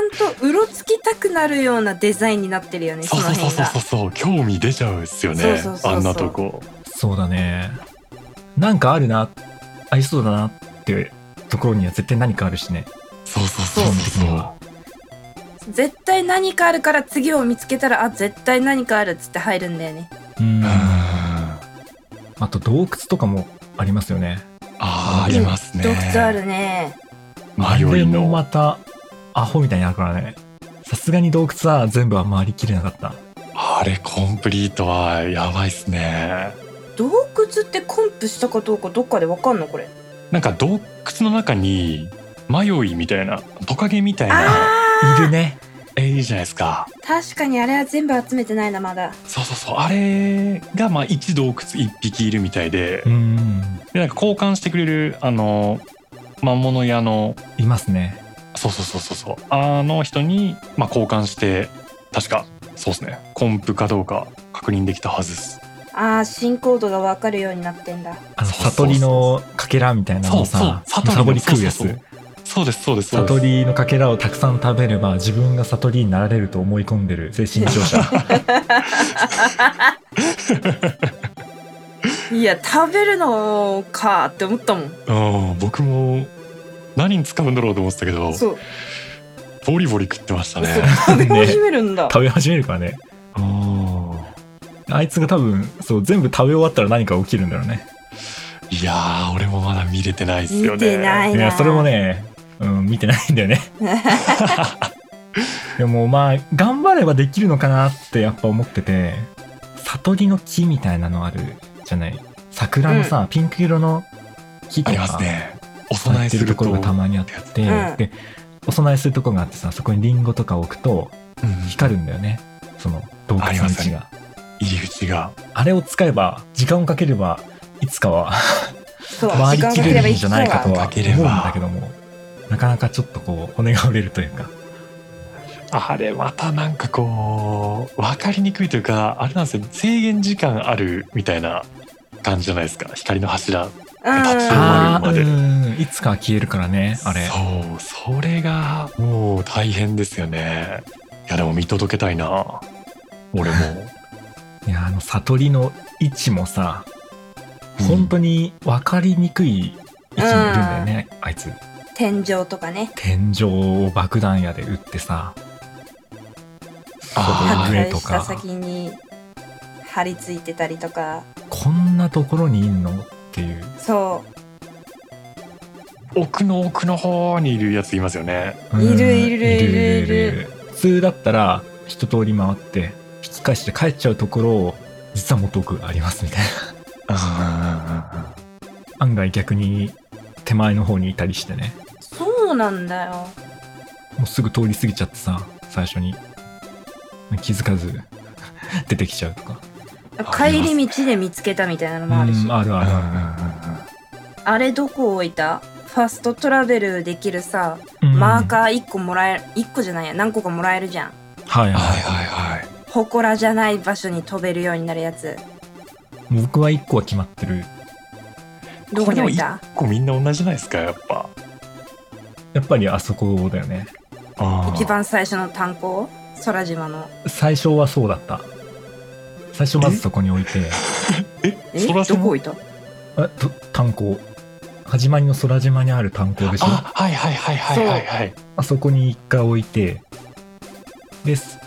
Speaker 2: んとうろつきたくなるようなデザインになってるよね、そ
Speaker 3: そう
Speaker 2: の
Speaker 3: そうそう
Speaker 2: 辺が
Speaker 3: そう。そう興味出ちゃうっすよね
Speaker 2: そうそうそうそう
Speaker 3: あんなとこ
Speaker 1: そうだね。なんかあるな、ありそうだなってところには絶対何かあるしね。
Speaker 3: そうそうそう
Speaker 1: 基本的
Speaker 3: そう
Speaker 1: には
Speaker 2: 絶対何かあるから次を見つけたら、あ、絶対何かあるっつって入るんだよね。
Speaker 1: うん。
Speaker 3: うん
Speaker 1: あ
Speaker 3: あ
Speaker 1: と洞窟とかもありますよね。
Speaker 3: あーありますね
Speaker 2: 洞窟あるね。
Speaker 3: マリオリ
Speaker 1: あれもま
Speaker 3: の
Speaker 1: た、アホみたいにあるからね。さすがに洞窟は全部は回りきれなかった。
Speaker 3: あれコンプリートはやばいっすね
Speaker 2: 洞窟ってコンプしたかどうかどっかでわかんのこれ。
Speaker 3: なんか洞窟の中に迷いみたいなトカゲみたいな
Speaker 2: あ
Speaker 1: いる ね。
Speaker 3: えいいじゃないですか
Speaker 2: ー確かにあれは全部集めてないな、まだ。
Speaker 3: そうそうそうあれがまあ1洞窟1匹いるみたいで,、
Speaker 1: うん。
Speaker 3: でなんか交換してくれるあの魔物屋の
Speaker 1: いますね。
Speaker 3: そうそうそうそうそうあの人に、まあ、交換して確かそうですねコンプかどうか確認できたはずです
Speaker 2: ああ、新コードがわかるようになってんだ。
Speaker 1: あの、
Speaker 3: そうそうそう
Speaker 1: 悟りのかけらみたいなのをさ、
Speaker 3: そうそう
Speaker 1: むさぼり食うや
Speaker 3: そうそう
Speaker 1: つ。
Speaker 3: そうですそうですそうです
Speaker 1: 悟りのかけらをたくさん食べれば自分が悟りになられると思い込んでる精神障者。
Speaker 2: いや、食べるのかって思ったもん。
Speaker 3: うん僕も何に使うんだろうと思ってたけど
Speaker 2: そう。
Speaker 3: ボリボリ食ってましたね
Speaker 2: そう食べ始めるんだ。
Speaker 1: 食べ始めるからね。
Speaker 3: うん
Speaker 1: あいつが多分、そう、全部食べ終わったら何か起きるんだろうね。
Speaker 3: いやー俺もまだ見れてないっすよね
Speaker 2: 見てないいな。
Speaker 1: や、それも。ね、うん、見てないん だよね。でもまあ、頑張ればできるのかなってやっぱ思ってて、悟りの木みたいなのあるじゃない。桜のさ、ピンク色の木
Speaker 3: あ
Speaker 1: と
Speaker 3: ります
Speaker 1: か、
Speaker 3: ねお供
Speaker 1: 入
Speaker 3: え
Speaker 1: って
Speaker 3: す
Speaker 1: る
Speaker 3: る
Speaker 1: と
Speaker 3: と
Speaker 1: ころがたまにあって、
Speaker 2: うん
Speaker 1: で、お供えするとこがあってさ、そこにリンゴとか置くと
Speaker 3: うん
Speaker 1: 光るんだよね。その洞窟の位置が。
Speaker 3: 入り口が
Speaker 1: あれを使えば、時間をかければ、いつかは
Speaker 2: そう、
Speaker 1: 回りき
Speaker 2: 時間か
Speaker 1: れ
Speaker 2: けれ
Speaker 1: る
Speaker 2: ば
Speaker 1: ん
Speaker 2: い
Speaker 1: じゃないかと
Speaker 2: い
Speaker 1: は思うんだけども、なかなかちょっとこう、骨が折れるというか。
Speaker 3: あれまたなんかこう分かりにくいというかあれなんですよ制限時間あるみたいな感じじゃないですか光の柱立ち
Speaker 2: 人
Speaker 3: 止
Speaker 2: は。
Speaker 1: あ
Speaker 3: まるま
Speaker 1: ー
Speaker 3: で
Speaker 1: うんいつかは消えるからねあれ
Speaker 3: そうそれがもう大変ですよねいやでも見届けたいな俺 も
Speaker 1: いやあの悟りの位置もさ、
Speaker 3: うん
Speaker 1: 本当に分かりにくい位置にいるんだよね、あいつ
Speaker 2: うん天井とかね。
Speaker 1: 天井を爆弾矢で撃ってさ
Speaker 3: あ
Speaker 2: 破
Speaker 1: ー
Speaker 2: 壊した先に張り付いてたりとか
Speaker 1: こんなところにいんのっていう
Speaker 2: そ
Speaker 3: 奥の奥の方にいるやついますよね
Speaker 1: うん
Speaker 2: いるいるいるいるいる
Speaker 1: 普通だったら一通り回って引き返して帰っちゃうところを実はもっと奥ありますみたいな 案外逆に手前の方にいたりしてね
Speaker 2: うそうなんだよ
Speaker 1: もうすぐ通り過ぎちゃってさ最初に気づかず 出てきちゃうとか
Speaker 3: あ
Speaker 2: 帰
Speaker 3: ります
Speaker 2: り道で見つけたみたいなのもあるし、
Speaker 1: うんあるあるあ
Speaker 2: あれどこ置いたファストトラベルできるさ、
Speaker 1: る、うん
Speaker 2: マーカー1個もらえ1個じゃないや何個かもらえるじゃん
Speaker 1: はい
Speaker 3: はい
Speaker 1: は
Speaker 3: はいはい
Speaker 2: 祠じゃない場所に飛べるようになるやつ
Speaker 1: い僕は1個は決まってる
Speaker 2: どこに置い
Speaker 3: これで
Speaker 2: た
Speaker 3: こうみんな同じじゃないですかやっぱ
Speaker 1: やっぱりあそこだよね
Speaker 2: 一番最初の炭鉱空島の
Speaker 1: 最初はそうだった最初まずそこに置いて
Speaker 3: え
Speaker 2: え
Speaker 3: 空
Speaker 2: どこ
Speaker 3: 島
Speaker 2: 置いた
Speaker 1: あと炭鉱始まりの空島にある炭鉱でしょあ
Speaker 3: あはいはいはいはいはいはい
Speaker 1: そこに1回置いてです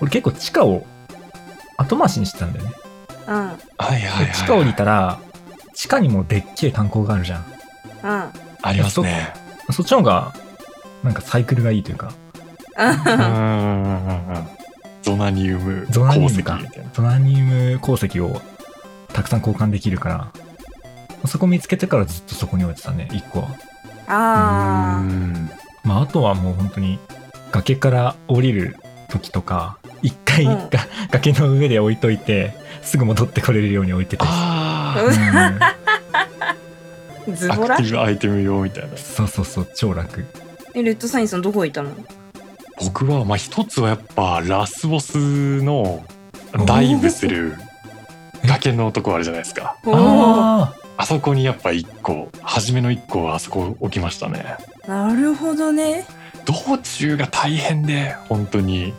Speaker 1: 俺結構地下を後回しにしてたんだよね
Speaker 2: うん うん
Speaker 3: はいはいはい
Speaker 1: で地下降りたら地下にもでっけえ炭鉱があるじゃん
Speaker 3: ありますね
Speaker 1: そっちの方が、なんかサイクルがいいというか、
Speaker 3: うんうんうんうんゾナニウム
Speaker 1: ゾナニウム
Speaker 3: 鉱
Speaker 1: か
Speaker 3: 石みたいな
Speaker 1: トナニウム鉱石をたくさん交換できるから、そこ見つけてからずっとそこに置いてたね、1個は。
Speaker 2: あ
Speaker 3: う
Speaker 2: ー
Speaker 3: ん
Speaker 1: まあ、あとはもう本当に、崖から降りる時とか、一回、
Speaker 2: うん
Speaker 1: が崖の上で置いといて、すぐ戻ってこれるように置いてて。
Speaker 3: あ
Speaker 1: う
Speaker 3: ー
Speaker 1: ん
Speaker 2: ズ
Speaker 3: ア
Speaker 2: ボラ
Speaker 3: クティブアイテム用みたいな
Speaker 1: そうそうそう、超楽。
Speaker 2: えレッドサインさんどこ置いたの
Speaker 3: 僕はまあ一つはやっぱラスボスのダイブする崖のとこあるじゃないですか
Speaker 2: おお
Speaker 1: あ
Speaker 3: あそこにやっぱ一個初めの一個はあそこ置きましたね
Speaker 2: なるほどね
Speaker 3: 道中が大変で本当に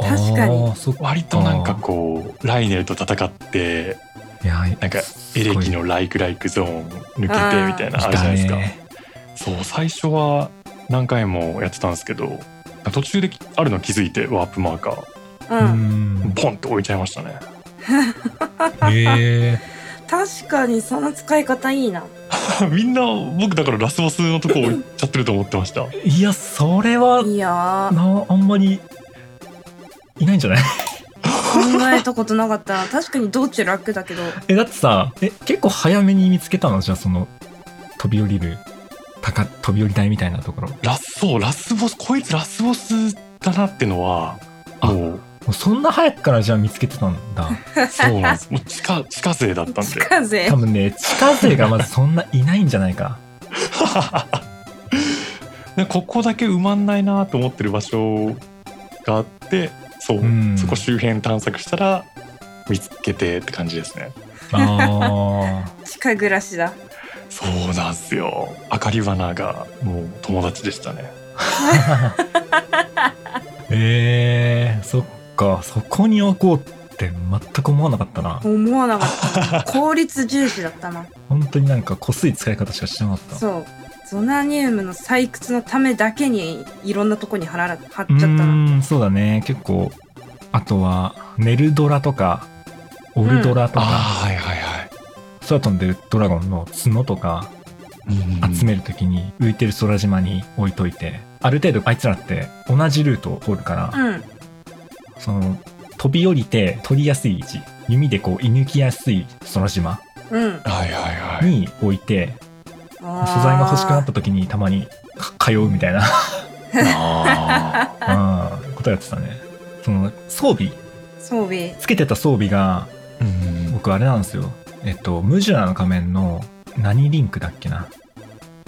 Speaker 2: 確かに
Speaker 1: あーそっか
Speaker 3: 割となんかこうライネルと戦って
Speaker 1: いや
Speaker 3: なんか
Speaker 1: す
Speaker 3: エ
Speaker 1: ごい
Speaker 3: レキのライクライクゾーン抜けてみ
Speaker 2: あー
Speaker 3: たいなのあ
Speaker 1: 来
Speaker 3: るじゃな
Speaker 1: た
Speaker 3: いですか、
Speaker 1: ね
Speaker 3: そう最初は何回もやってたんですけど途中であるの気づいてワープマーカー
Speaker 2: う、
Speaker 1: うんん
Speaker 3: ポンって置いちゃいましたね
Speaker 1: へえ
Speaker 2: 確かにその使い方いいな
Speaker 3: みんな僕だからラスボスのとこ置いちゃってると思ってました
Speaker 1: いやそれはい
Speaker 2: やー
Speaker 1: なあんまりいないんじゃない
Speaker 2: 考えたことなかったな確かに道中楽だけ ど
Speaker 1: えだってさえ結構早めに見つけたのじゃあその飛び降りる高飛び降り台みたいなところも
Speaker 3: ラスそうラスボスこいつラスボスだなってのは
Speaker 1: あ
Speaker 3: もう
Speaker 1: うそんな早くからじゃあ見つけてたんだ
Speaker 3: そうなんですもう地下地下勢だったんで
Speaker 2: 近ぜ
Speaker 1: 多分ね地下勢がまずそんないないんじゃない か
Speaker 3: でここだけ埋まんないなと思ってる場所があってそう、
Speaker 1: うん
Speaker 3: そこ周辺探索したら見つけてって感じですね
Speaker 1: ああ
Speaker 2: 近暮らしだ
Speaker 3: そうなんすよ明かり花がもう友達でしたね
Speaker 1: えー、そっかそこに置こうって全く思わなかったな
Speaker 2: 思わなかったな 効率重視だったな
Speaker 1: 本当になんかこすい使い方しかしてなかった
Speaker 2: そうゾナニウムの採掘のためだけにいろんなとこに貼られ貼っちゃった
Speaker 1: う
Speaker 2: な
Speaker 1: ーんそうだね結構あとはネルドラとかオルドラとか、
Speaker 3: はいはいはい
Speaker 1: 空飛んでるドラゴンの角とか集めるときに浮いてる空島に置いといて、ある程度あいつらって同じルートを掘るから、
Speaker 2: うん
Speaker 1: その飛び降りて取りやすい位置弓でこう射抜きやすい空島
Speaker 2: うん
Speaker 3: はいはいはい
Speaker 1: に置いて、
Speaker 2: 素
Speaker 1: 素材が欲しくなった時にたまにか通うみたいな
Speaker 3: あー
Speaker 1: うんことやってたねその装備
Speaker 2: 装備
Speaker 1: つけてた装備が
Speaker 3: うん
Speaker 1: 僕あれなんですよえっとムジュラの仮面の何リンクだっけな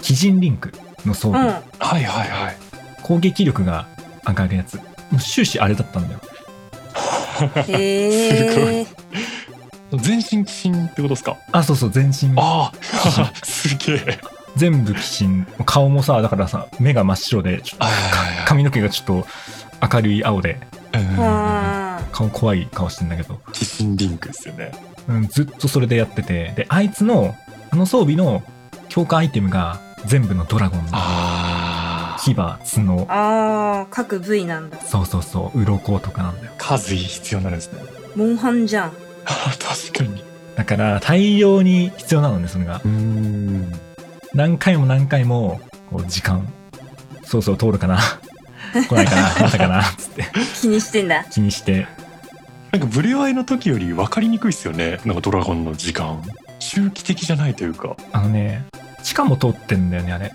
Speaker 1: 鬼人リンクの装
Speaker 2: うん
Speaker 1: 備、
Speaker 3: はいはいはい
Speaker 1: 攻撃力が上がるやつもう終始あれだったんだよ
Speaker 2: へえ
Speaker 3: 全身寄進ってことですか
Speaker 1: あそうそう全身
Speaker 3: ああ すげえ
Speaker 1: 全部鬼神顔もさだからさ目が真っ白でちょっと
Speaker 3: は
Speaker 1: 髪の毛がちょっと明るい青で
Speaker 3: いは
Speaker 2: う
Speaker 1: 顔怖い顔してんだけど、
Speaker 3: い寄進リンクですよね
Speaker 1: うん、ずっとそれでやっててであいつのあの装備の強化アイテムが全部のドラゴンの
Speaker 3: あ
Speaker 1: 牙角
Speaker 2: んああ各部位なんだ
Speaker 1: そうそうそう鱗とかなんだよ
Speaker 3: 数必要になるんですね
Speaker 2: モンハンじゃん
Speaker 3: 確かに
Speaker 1: だから大量に必要なのねそれが
Speaker 3: うん
Speaker 1: 何回も何回もこう時間そうそう通るか な来ないかなまたかなつって
Speaker 2: 気にしてんだ
Speaker 1: 気にして
Speaker 3: なんかブレワイの時より分かりにくいですよねなんかドラゴンの時間周期的じゃないというか
Speaker 1: あのね地下も通ってんだよねあれ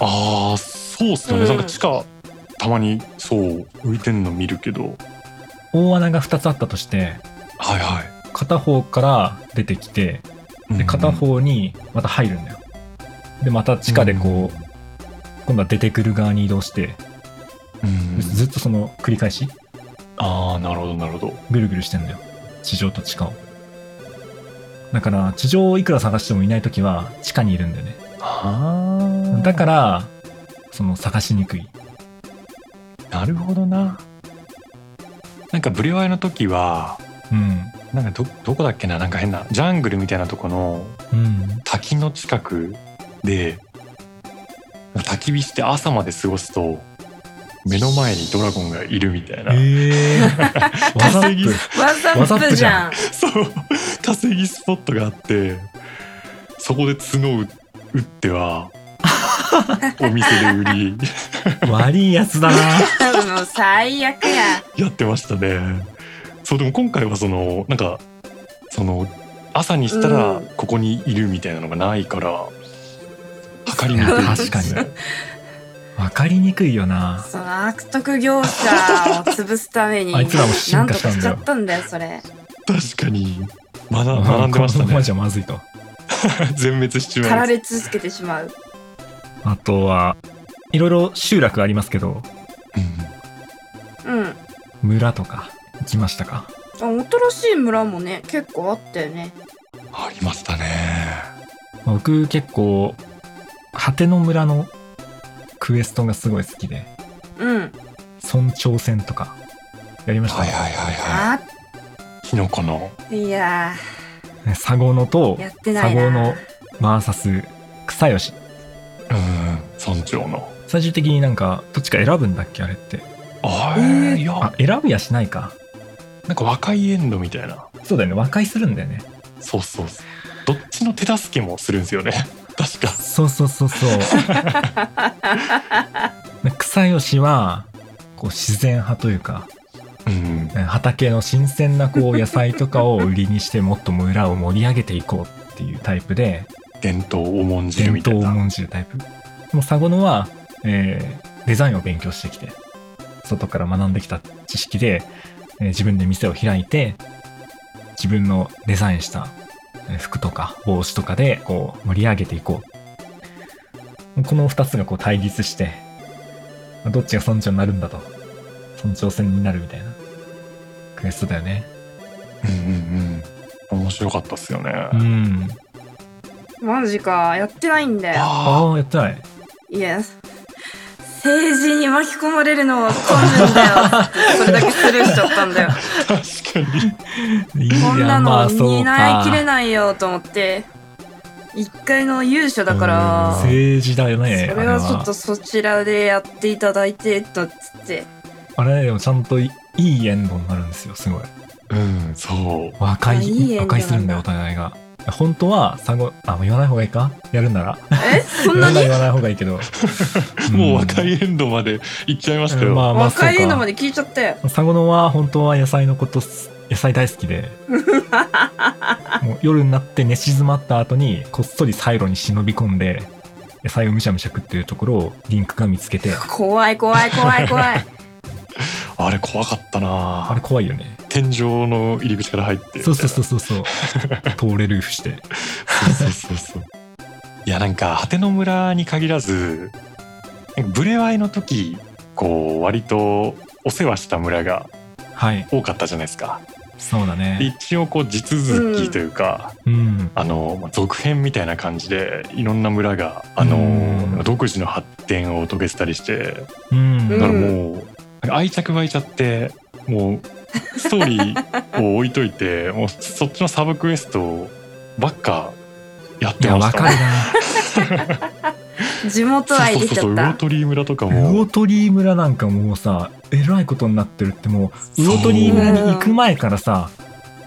Speaker 3: ああそうっすよね、
Speaker 2: うん
Speaker 3: なんか地下たまにそう浮いてんの見るけど
Speaker 1: 大穴が2つあったとして
Speaker 3: はいは
Speaker 1: 片方から出てきて
Speaker 3: い
Speaker 1: で片方にまた入るんだよでまた地下でこう、今度は出てくる側に移動して
Speaker 3: うん、うん
Speaker 1: ずっとその繰り返し
Speaker 3: ああなるほどなるほど
Speaker 1: ぐるぐるしてんだよ地上と地下をだから地上をいくら探してもいない時は地下にいるんだよね
Speaker 3: あ
Speaker 1: だからその探しにくい
Speaker 3: らなるほどななんかブレワイの時は
Speaker 1: うん
Speaker 3: なんかどどこだっけななんか変なジャングルみたいなとこの
Speaker 1: うん
Speaker 3: 滝の近くで焚き火して朝まで過ごすと目の前にドラゴンがいるみたいな、
Speaker 1: ええ わざ
Speaker 3: 稼ぎ
Speaker 1: っ
Speaker 2: ワザ
Speaker 1: わざ
Speaker 2: ッ
Speaker 1: っ
Speaker 2: プ
Speaker 1: ぷ
Speaker 2: じ
Speaker 1: じ
Speaker 2: ゃ
Speaker 1: ゃ
Speaker 2: ん
Speaker 3: そう稼ぎスポットがあってそこで角を打打っ てはお店で売り
Speaker 1: と悪いやつだな
Speaker 2: もう最悪や
Speaker 3: やってましたねそうでも今回はそのなんかその朝にしたら
Speaker 2: うん
Speaker 3: ここにいるみたいなのがないから測りにくいです
Speaker 1: 確
Speaker 3: ね
Speaker 1: かにわかりにくいよな
Speaker 2: その悪徳業者を潰すため に
Speaker 1: あいつらも進化
Speaker 2: なんとか
Speaker 1: したん
Speaker 2: し
Speaker 1: だ
Speaker 2: ちゃ
Speaker 1: よ
Speaker 2: ったんだよそれ
Speaker 3: 確かに学学んでまし
Speaker 1: こ
Speaker 3: た
Speaker 1: のまま
Speaker 3: ね
Speaker 1: じゃまずいと
Speaker 3: 全滅しち
Speaker 2: 駆
Speaker 3: ま
Speaker 2: ら
Speaker 3: う
Speaker 2: れ続けてしまう
Speaker 1: あとはいろいろ集落ありますけど
Speaker 2: うん
Speaker 1: 村とか行きましたか
Speaker 2: あ新しい村もね結構あったよね
Speaker 3: ありましたね
Speaker 1: 僕結構果ての村のクエストがすごい好きで
Speaker 2: うん。
Speaker 1: 村長戦とかやりました、
Speaker 3: はい
Speaker 1: ね
Speaker 3: はいは
Speaker 2: あ
Speaker 3: いはい。キノコの。
Speaker 2: いや
Speaker 1: サゴノと
Speaker 2: ー、やってな
Speaker 1: サ
Speaker 2: い
Speaker 1: ゴノ
Speaker 2: な。
Speaker 1: VS 草吉
Speaker 3: うん。村長の。
Speaker 1: 最終的になんかどっちか選ぶんだっけあれって
Speaker 3: あ
Speaker 2: え
Speaker 3: ー
Speaker 2: ー
Speaker 3: いや、
Speaker 1: あ選ぶやしないか
Speaker 3: なんか若いエンドみたいな。
Speaker 1: そうだよね和解するんだよね
Speaker 3: そうそうそう。どっちの手助けもするんですよね。 確か。
Speaker 1: そうそうそうそう 草吉はこう自然派というか
Speaker 3: うん。
Speaker 1: 畑の新鮮なこう野菜とかを売りにしてもっと村を盛り上げていこうっていうタイプで
Speaker 3: 伝統を重んじる
Speaker 1: 伝
Speaker 3: みた
Speaker 1: 統
Speaker 3: い
Speaker 1: を
Speaker 3: な。
Speaker 1: 重んじるタイプでもサゴノは、えーデザインを勉強してきて外から学んできた知識で、えー自分で店を開いて自分のデザインしたえー服とか帽子とかでこう盛り上げていこうこの2つがこう対立してどっちが村長になるんだと村長戦になるみたいなクエストだよね
Speaker 3: うんうんうん。面白かったっすよね。
Speaker 1: うん
Speaker 2: マジか。やってないんだよ。
Speaker 3: あ
Speaker 1: ああやってない
Speaker 2: いや。政治に巻き込まれるのは根んだよ。それだけスルーしちゃったんだよ。
Speaker 3: あ、確かに。
Speaker 1: い
Speaker 2: こんな
Speaker 1: やまあ
Speaker 2: の
Speaker 1: そう
Speaker 2: 担いきれ
Speaker 1: か
Speaker 2: ないよと思って。一回の勇者だから。そ
Speaker 1: 政治だよね
Speaker 2: れはちょっとそちらでやっていただいてとっつって。
Speaker 1: あれでもちゃんといいいエンドになるんですよすごい
Speaker 3: うん、そう。
Speaker 1: 和
Speaker 2: あ
Speaker 1: 解
Speaker 2: いいエ
Speaker 1: 和
Speaker 2: ンドなんだ
Speaker 1: 解するんだよお互いが本当は産後あもう言わない方がいいかやるなら
Speaker 2: え、そん
Speaker 1: 言
Speaker 2: な
Speaker 1: わ
Speaker 2: に
Speaker 1: ない言わない方がいいけ ど
Speaker 3: もう
Speaker 1: 若
Speaker 3: 若
Speaker 1: い
Speaker 3: いエンドまで行っちゃいましたよ。
Speaker 1: まあまあ
Speaker 2: 若いの
Speaker 1: そ
Speaker 2: ま
Speaker 1: う
Speaker 2: で聞いちゃったよ。
Speaker 1: か産後のは本当は野菜のことす野菜大好き でもう夜になって寝静まった後にこっそりサイロに忍び込んで野菜をむしゃむしゃ食ってるところをリンクが見つけ て
Speaker 2: 怖い怖い怖い 怖い。
Speaker 3: あれ怖かったな
Speaker 1: あれ怖いよね
Speaker 3: 天井の入り口から入って
Speaker 1: そうそうそうそうそう通れるふして
Speaker 3: そうそうそうそういやなんか果ての村に限らずなんかブレワイの時こう割とお世話した村が
Speaker 1: はい
Speaker 3: 多かったじゃないですか
Speaker 1: そうだ
Speaker 3: で
Speaker 1: ね
Speaker 3: 一応こう地続きというか、
Speaker 1: うん
Speaker 3: あのまあ続編みたいな感じでいろんな村があの、
Speaker 1: うん
Speaker 3: 独自の発展を遂げてたりして
Speaker 1: うん
Speaker 3: だからもう、なんか愛着湧いちゃってもうストーリーを置いといてもうそっちのサブクエストばっかやっ
Speaker 1: い
Speaker 3: て
Speaker 1: や
Speaker 3: ま
Speaker 1: わ
Speaker 3: した
Speaker 1: かる
Speaker 2: 地元愛出ちゃ
Speaker 3: そうそうそう
Speaker 2: っ
Speaker 3: 魚
Speaker 2: た。
Speaker 3: 鳥村とか
Speaker 1: な
Speaker 3: も
Speaker 1: 魚鳥村なんかもうさえらいことになってるってもう
Speaker 3: そう
Speaker 1: 魚鳥村に行く前からさ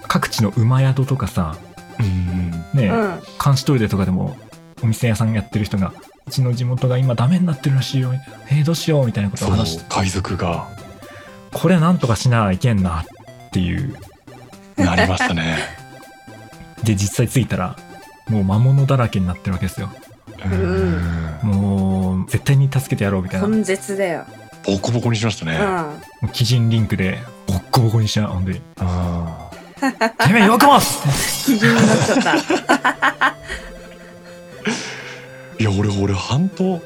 Speaker 1: 各地の馬宿とかさ
Speaker 3: うん
Speaker 1: ね、
Speaker 2: うん。
Speaker 1: 監視トイレとかでもお店屋さんやってる人がうちの地元が今ダメになってるらしいよみたいなえーどうしようみたいなことを
Speaker 3: そう
Speaker 1: 話して
Speaker 3: 海賊が
Speaker 1: これはなんとかしなきゃいけんなっていう
Speaker 3: なりましたね、
Speaker 1: で実際着いたらもう魔物だらけになってるわけですよ
Speaker 3: うん
Speaker 2: うん
Speaker 1: もう絶対に助けてやろうみたいなも
Speaker 2: 根絶だよ。
Speaker 3: ボコボコにしました
Speaker 2: う
Speaker 3: ね、
Speaker 2: ん。
Speaker 1: う基準リンクでボッコボコにしちゃう本当に
Speaker 3: あ
Speaker 1: 「てめえ弱くます!」
Speaker 2: 基準になっちゃった。
Speaker 3: ーいや俺俺半島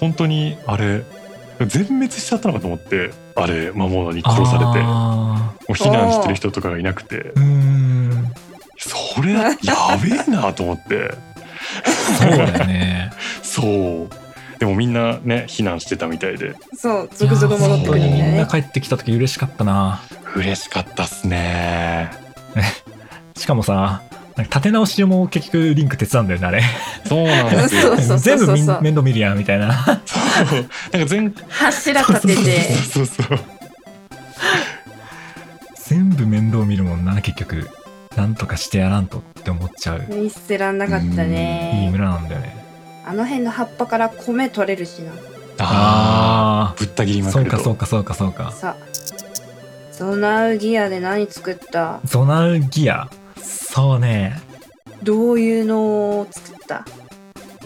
Speaker 3: 本当にあれ全滅しちゃったのかと思ってあれ魔物に 殺されても
Speaker 1: あ
Speaker 3: う避難してる人とかがいなくて
Speaker 1: ーうーん
Speaker 3: それやべえなと思って
Speaker 1: そうだよね
Speaker 3: そうでもみんなね避難してたみたいで
Speaker 2: そう、 続々戻ってくるんだ
Speaker 1: いやー本当にみんな
Speaker 2: よね。
Speaker 1: 帰ってきた時嬉しかったな
Speaker 3: 嬉しかったっすね
Speaker 1: しかもさなんか立て直しも結局リンク手伝うんだよねあれ
Speaker 3: そうなんですよ
Speaker 2: そうそうそうそう
Speaker 1: 全部みん面倒見るやんみたいな
Speaker 3: そうなんか前
Speaker 2: 柱立てて。
Speaker 3: そうそう
Speaker 1: 全部面倒見るもんな結局なんとかしてやらんとって思っちゃう
Speaker 2: 見捨てらんなかった
Speaker 1: いい
Speaker 2: ね。
Speaker 1: 村なんだよね
Speaker 2: あの辺の葉っぱから米取れるしな。
Speaker 3: あ
Speaker 1: あ
Speaker 3: ぶった切り
Speaker 1: あ
Speaker 3: ま
Speaker 1: そ
Speaker 3: く
Speaker 1: う
Speaker 3: ると
Speaker 1: かそうかそうかそうか
Speaker 2: さゾナウギアで何作った
Speaker 1: ゾナルギアそうね
Speaker 2: どういうのを作った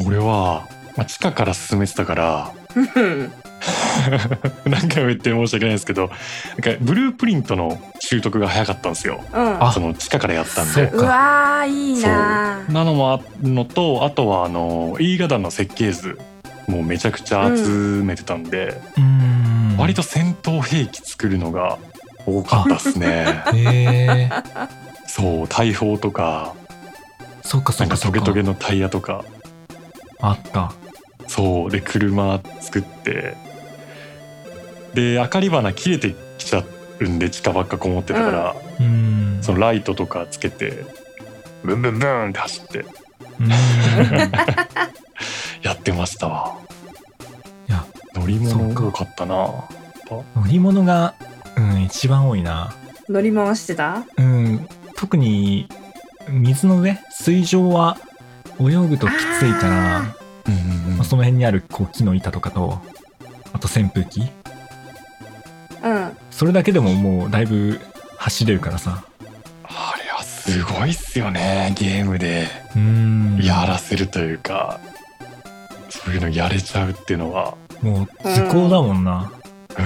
Speaker 3: 俺は、まあ、地下から進めてたから
Speaker 2: うん
Speaker 3: 何回も言って申し訳ないですけどなんかブループリントの習得が早かったんですよ
Speaker 1: あ
Speaker 3: その地下からやったん
Speaker 1: そう
Speaker 3: で
Speaker 1: か
Speaker 2: うわーいいなー
Speaker 3: なのもあるのとあとはあの映画団の設計図もうめちゃくちゃ集めてたんで、
Speaker 1: うーん
Speaker 3: 割と戦闘兵器作るのが多かったっ すね
Speaker 1: へえー、
Speaker 3: そう大砲とか
Speaker 1: そうかそう
Speaker 3: な
Speaker 1: んか
Speaker 3: か
Speaker 1: そうか
Speaker 3: トゲトゲのタイヤとか
Speaker 1: あった
Speaker 3: そうで車作ってで明かり花切れてきちゃうんで地下ばっかこもってたから、
Speaker 1: うーん
Speaker 3: そのライトとかつけてブンブンブンって走って
Speaker 1: うーん
Speaker 3: やってましたわ
Speaker 1: いや
Speaker 3: 乗り
Speaker 1: そう
Speaker 3: 物
Speaker 1: か
Speaker 3: 多かったな
Speaker 1: 乗り物が、うん、一番多いな
Speaker 2: 乗り回してた
Speaker 1: うん特に水の上水上は泳ぐときついから
Speaker 2: あー
Speaker 3: うんうん
Speaker 1: まあその辺にあるこう木の板とかとあと扇風機
Speaker 2: うん
Speaker 1: それだけでももうだいぶ走れるからさ
Speaker 3: あれはすごいっすよねゲームで
Speaker 1: うーん
Speaker 3: やらせるというか、そういうのやれちゃうっていうのは
Speaker 1: もう時効だもんな、
Speaker 3: うー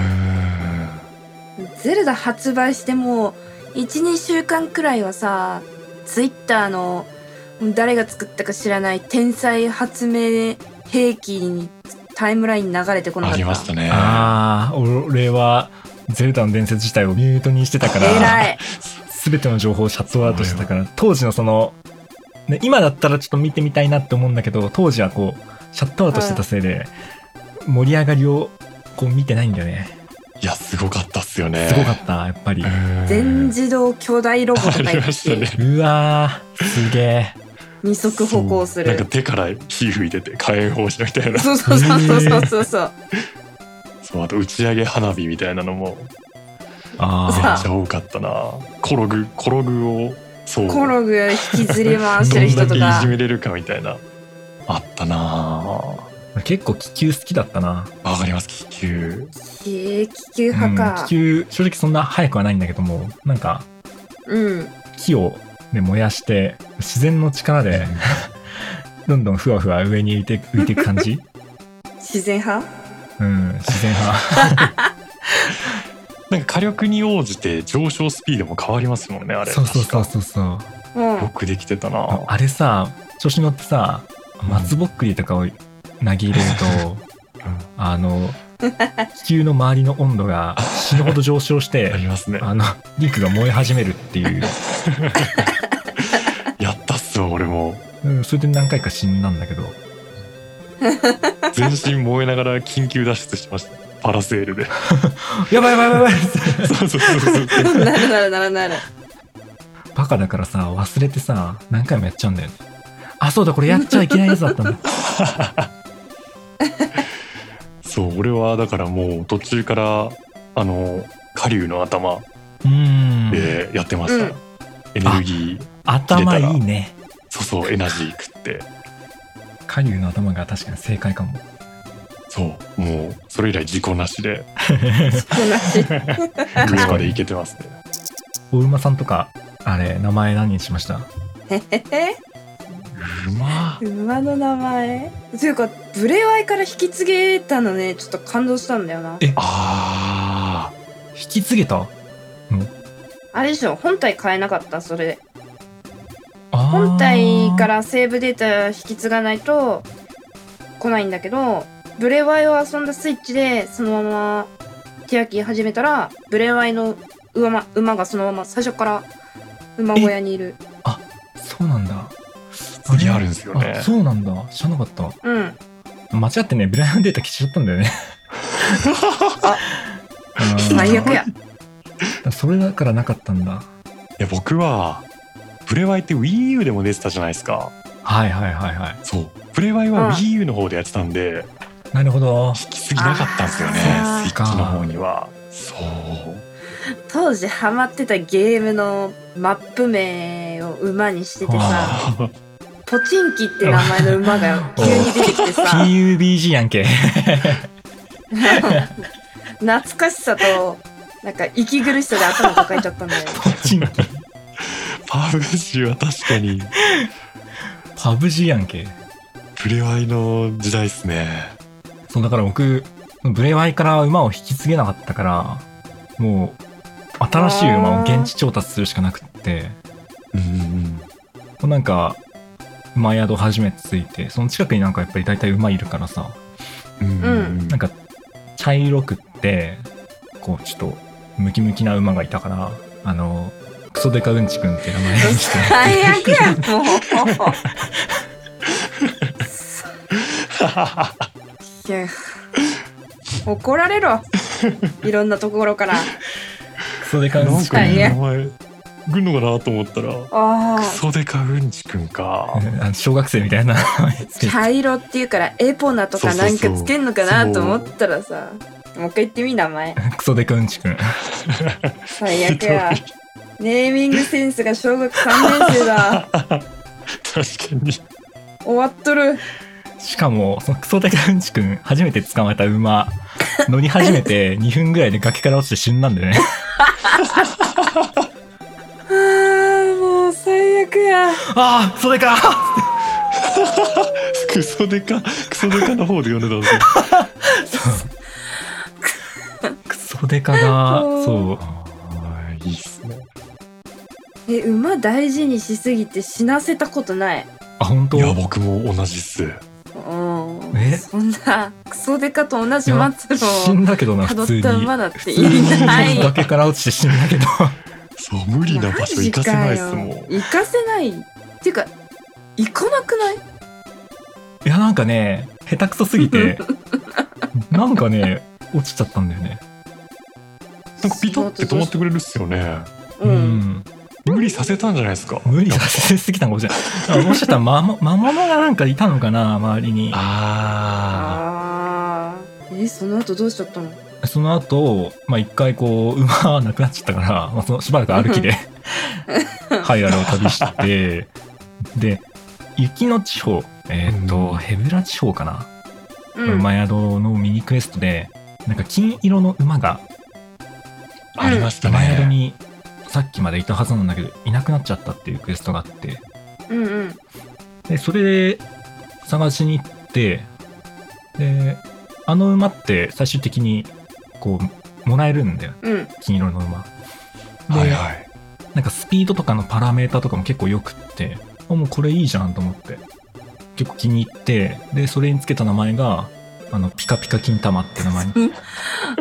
Speaker 3: ん
Speaker 2: ゼルダ発売してもう12週間くらいはさツイッターの誰が作ったか知らない天才発明兵器にタイムライン流れてこなか
Speaker 3: あ
Speaker 2: った
Speaker 3: りましたね
Speaker 1: ああ俺はゼルダの伝説自体をミュートにしてたから
Speaker 2: 偉 い
Speaker 1: 全ての情報をシャットアウトしてたから当時のその、ね、今だったらちょっと見てみたいなって思うんだけど当時はこうシャットアウトしてたせいで盛り上がりをこう見てないんだよね
Speaker 3: いやすごかったっすよね
Speaker 1: すごかったやっぱり
Speaker 3: うん
Speaker 2: 全自動巨大ロボとか
Speaker 3: あ
Speaker 2: い
Speaker 3: り
Speaker 2: る
Speaker 3: ました
Speaker 2: し、
Speaker 3: ね
Speaker 1: うわーすげえ
Speaker 2: 二足歩行す
Speaker 3: そうなんか
Speaker 2: る
Speaker 3: 手から火吹いてて火炎放射みたい な
Speaker 2: そうそうそうそうそうそうそう
Speaker 3: そうあと打ち上げ花火みたいなのもめっち
Speaker 1: あ
Speaker 2: さ
Speaker 3: ゃ多かったなコログコログをそう
Speaker 2: コログ引きずり回してる人
Speaker 3: ど
Speaker 2: と
Speaker 3: んだけい
Speaker 2: か
Speaker 3: じめれるかみたいなあったな
Speaker 1: あ 結構気球好きだったな、
Speaker 3: あわかります気球
Speaker 2: へえ気球
Speaker 1: うん
Speaker 2: 派か
Speaker 1: 気球正直そんな速くはないんだけどもなんか
Speaker 2: うん
Speaker 1: 木を、ね、燃やして自然の力でどんどんふわふわ上に浮 いて浮いていく感じ
Speaker 2: 自然派
Speaker 1: うん自然派
Speaker 3: なんか火力に応じて上昇スピードも変わりますもんねあれ
Speaker 1: そうそうそう
Speaker 3: 確
Speaker 1: そうそう
Speaker 2: うん
Speaker 3: かよくできてたな
Speaker 1: ああれさ調子乗ってさ松ぼっくりとかを投げ入れる と、あの気球の周りの温度が死ぬほど上昇し
Speaker 3: あり
Speaker 1: て
Speaker 3: ますね
Speaker 1: あの陸が燃え始めるって いう、
Speaker 3: やったっすわ俺も
Speaker 1: うん、それで何回か死んだんだけど
Speaker 3: 全身燃えながら緊急脱出しましたパラセ ールで
Speaker 1: やばいやばいやばいやばい
Speaker 3: そうそうそうそう
Speaker 2: なるなるなるなる
Speaker 1: バカだからさ忘れてさ何回もやっちゃうんだよねあそうだこれやっちゃいけないやつだったんだ
Speaker 3: そう俺はだからもう途中からあの狩竜の頭
Speaker 1: うーん、
Speaker 3: でやってました、
Speaker 2: うん
Speaker 3: エネルギー
Speaker 1: 頭いいね
Speaker 3: そうそうエナジー食って
Speaker 1: 狩竜の頭が確かに正解かも
Speaker 3: そうもうそれ以来事故なしで
Speaker 2: 同じ
Speaker 3: 上まで行けてますね
Speaker 1: お馬さんとかあれ名前何にしました
Speaker 2: え
Speaker 3: うま
Speaker 2: 馬の名前というかブレワイから引き継げたのねちょっと感動したんだよな
Speaker 1: え
Speaker 3: あ
Speaker 1: 引き継げた
Speaker 2: あれでしょ本体変えなかったそれで
Speaker 1: あー
Speaker 2: 本体からセーブデータ引き継がないと来ないんだけどブレワイを遊んだスイッチでそのままティアキー始めたらブレワイの馬馬がそのまま最初から馬小屋にいる
Speaker 1: そうなんだ
Speaker 3: ー次あるんですよ
Speaker 1: あ
Speaker 3: ね
Speaker 1: そうなんだ知らなかった
Speaker 2: うん
Speaker 1: 間違ってねブライアンデータ消しちゃったんだよ ねうん
Speaker 2: 最悪や
Speaker 1: それだからなかったんだ
Speaker 3: いや僕はプレワイって WiiU でも出てたじゃないですか
Speaker 1: はいはいはいはい
Speaker 3: そうプレワイ
Speaker 2: うん
Speaker 3: は WiiU の方でやってたんで、
Speaker 1: なるほ ど
Speaker 3: 引きすぎなかったんですよね
Speaker 2: あー
Speaker 3: スイッチの方にはそう
Speaker 2: 当時ハマってたゲームのマップ名を馬にしててさ
Speaker 1: あ
Speaker 3: あ
Speaker 2: ポチンキって名前の馬が急に出てき てさ
Speaker 1: PUBG やん け
Speaker 2: 懐かしさとなんか息苦しさで頭抱えちゃったんだよね
Speaker 1: ポチンキ
Speaker 3: パブジは確かに
Speaker 1: パブ G やんけ
Speaker 3: プレワイの時代っすね
Speaker 1: そうだから僕ブレワイから馬を引き継げなかったからもう新しい馬を現地調達するしかなくって
Speaker 3: うんうん
Speaker 1: もうなんか馬宿初めてついてその近くになんかやっぱり大体馬いるからさ
Speaker 3: うんうんうん
Speaker 1: なんか茶色くってこうちょっとムキムキな馬がいたからあのクソデカうんちくんって名 前にして
Speaker 2: 最悪やもうけん怒られろいろんなところから
Speaker 1: それ感
Speaker 3: なん
Speaker 1: じ
Speaker 3: か
Speaker 2: か
Speaker 3: い
Speaker 2: に
Speaker 3: い
Speaker 2: ね
Speaker 3: 名前ぐんのかなと思ったら
Speaker 2: ああ
Speaker 3: クソデカウンチくんか
Speaker 1: あの小学生みたいな
Speaker 2: 茶色っていうからエポナとかなんかつけんのかなと思ったらさもう一回言ってみ名前
Speaker 1: クソデカうんちくん
Speaker 2: 最悪や
Speaker 3: ひ
Speaker 2: ネーミングセンスが小学3年生だ
Speaker 3: 確かに
Speaker 2: 終わっとる
Speaker 1: しかもそのクソデカうんちくん初めて捕まえた馬乗り始めて2分ぐらいで崖から落ちて死んだんだよ ね
Speaker 2: あーもう最悪や
Speaker 1: ああクソデカ
Speaker 3: クソデカクソデカの方で読んでたんですよ
Speaker 1: クソデカがそう
Speaker 3: あーいいっすね
Speaker 2: え馬大事にしすぎて死なせたことない
Speaker 1: あ本当
Speaker 3: いや僕も同じっす
Speaker 2: うん
Speaker 1: え
Speaker 2: そんなクソデカと同じ末
Speaker 1: 死
Speaker 2: 路を
Speaker 1: んだけどな普通
Speaker 2: 辿
Speaker 1: に
Speaker 2: った馬だっ
Speaker 1: 普
Speaker 2: て
Speaker 1: 通
Speaker 2: い
Speaker 1: に
Speaker 2: ない
Speaker 1: 崖から落ちて死んだけど
Speaker 3: そう無理な場所行かせないっすもん
Speaker 2: マジかよ行かせないっていうか行かなくない
Speaker 1: いやなんかね下手くそすぎ てなんかね落ちちゃったんだよね
Speaker 3: なんかピタって止まってくれるっすよね
Speaker 2: う
Speaker 1: うんん
Speaker 3: 無理させたんじゃないですか
Speaker 1: 無理させすぎたのかもしれないもしかしたら魔物魔物がなんかいたのかな周りに
Speaker 3: あ
Speaker 2: あーえその後どうしちゃったの
Speaker 1: その後、まあ一回こう馬はなくなっちゃったから、まあ、そのしばらく歩きでハイラルを旅 してで雪の地方えっ、と、
Speaker 3: うん
Speaker 1: ヘブラ地方かな、
Speaker 2: うん
Speaker 1: 馬宿のミニクエストでなんか金色の馬が
Speaker 3: あありました
Speaker 1: 馬宿
Speaker 3: ね
Speaker 1: にさっきまでいたはずなんだけどいなくなっちゃったっていうクエストがあって
Speaker 2: うんうん
Speaker 1: でそれで探しに行ってであの馬って最終的にこうもらえるんだよ
Speaker 2: うん
Speaker 1: 金色の馬で、
Speaker 3: はいはい
Speaker 1: なんかスピードとかのパラメータとかも結構よくってあもうこれいいじゃんと思って結構気に入ってでそれにつけた名前があのピカピカ金玉って名前に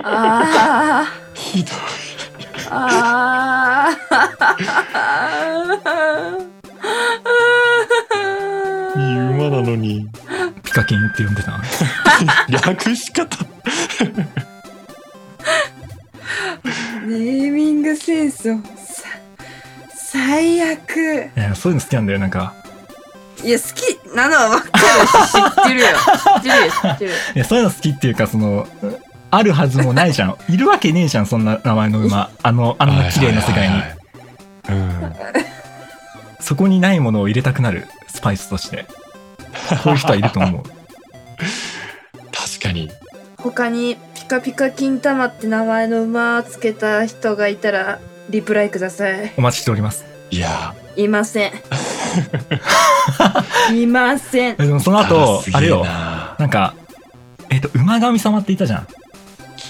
Speaker 2: あ
Speaker 3: ひどい
Speaker 2: ーあー
Speaker 3: いい馬なのに
Speaker 1: ピカキンって呼んでたの
Speaker 3: 略し方
Speaker 2: ネーミングセンスをさ最悪
Speaker 1: いやそういうの好きなんだよなんか
Speaker 2: いや好きなのは分かるし知ってるよ知ってるよ知ってる
Speaker 1: いやそういうの好きっていうかそのあるはずもないじゃんいるわけねえじゃんそんな名前の馬あのあんな綺麗な世界に
Speaker 3: はいはいはいはい
Speaker 1: そこにないものを入れたくなるスパイスと してこういう人はいると思う
Speaker 3: うん確かに
Speaker 2: 他にピカピカ金玉って名前の馬つけた人がいたらリプライください
Speaker 1: お待ちしております
Speaker 3: いや
Speaker 2: いま せんいません
Speaker 1: えでもその後
Speaker 3: すげ
Speaker 1: あれ
Speaker 3: えな
Speaker 1: よ
Speaker 3: は
Speaker 1: なんかえっ、と馬神様っていたじゃん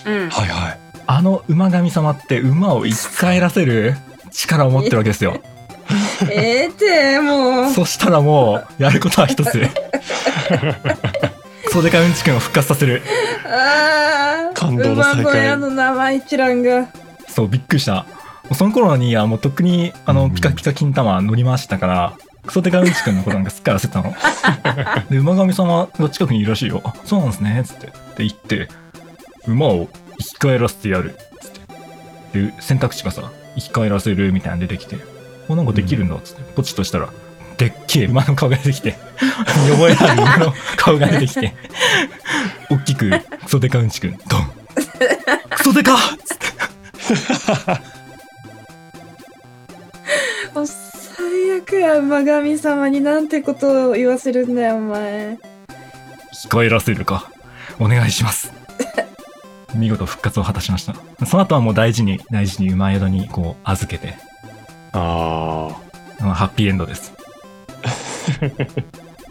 Speaker 2: うん
Speaker 3: いはい
Speaker 1: あの馬神様って馬を生き返らせる力を持ってるわけですよ
Speaker 2: ええってもう
Speaker 1: そしたらもうやることは一つクソデカうんちくんを復活させる
Speaker 2: ああ
Speaker 3: 感動の再会
Speaker 2: 馬小屋の名前一覧が
Speaker 1: そうびっくりしたもうその頃にはもうとっくにあの、
Speaker 3: うん
Speaker 1: ピカピカ金玉乗り回してたからクソデカうんちくんのことなんかすっからせてたの で馬神様が近くにいるらしいよあそうなんですねっつってで行って馬を生き返らせてやるっつってで選択肢がさ生き返らせるみたいなの出てきておなんかできるんだっつってポチッとしたらでっけえ馬の顔が出てきて見覚えのある馬の 顔が出てきて大きくクソデカうんちくんドンクソデカっつって
Speaker 2: お最悪や馬神様になんてことを言わせるんだよお前
Speaker 1: 聞こえらせるかお願いします 見事復活を果たしましたその後はもう大事に大事に馬宿にこう預けて
Speaker 3: あ
Speaker 1: あのハッピーエンドです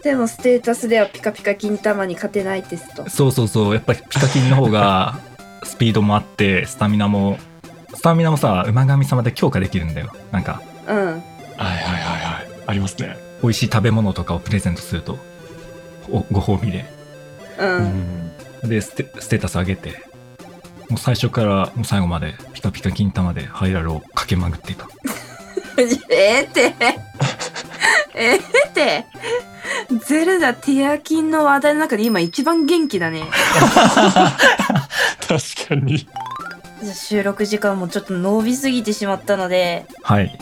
Speaker 2: でもステータスではピカピカ金玉に勝てないですと
Speaker 1: そうそうそうやっぱりピカキンの方 がスピードもあってスタミナもスタミナもさ馬神様で強化できるんだよなんか
Speaker 2: うん
Speaker 3: ーはいはいはいはいありますね
Speaker 1: 美味しい食べ物とかをプレゼントするとおご褒美で
Speaker 2: うん、
Speaker 3: うん
Speaker 1: でステステータス上げてもう最初からもう最後までピカピカ金玉でハイラルを駆け巡っていた
Speaker 2: えーってえーってゼルダティアキンの話題の中で今一番元気だね
Speaker 3: 確かに
Speaker 2: じゃあ収録時間もちょっと伸びすぎてしまったので、
Speaker 1: はい。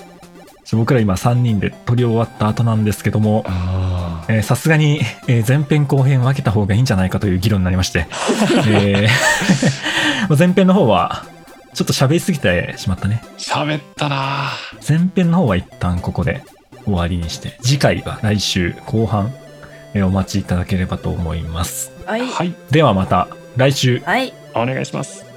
Speaker 1: ちょ僕ら今3人で撮り終わった後なんですけども、
Speaker 3: あ
Speaker 1: えーさすがに、えー前編後編分けた方がいいんじゃないかという議論になりまして、えー まあ前編の方はちょっと喋りすぎてしまったね。
Speaker 3: 喋ったな
Speaker 1: 前編の方は一旦ここで終わりにして、次回は来週後半、えーお待ちいただければと思います。
Speaker 2: はい。
Speaker 3: はい
Speaker 1: ではまた来週。
Speaker 2: はい。
Speaker 3: お願いします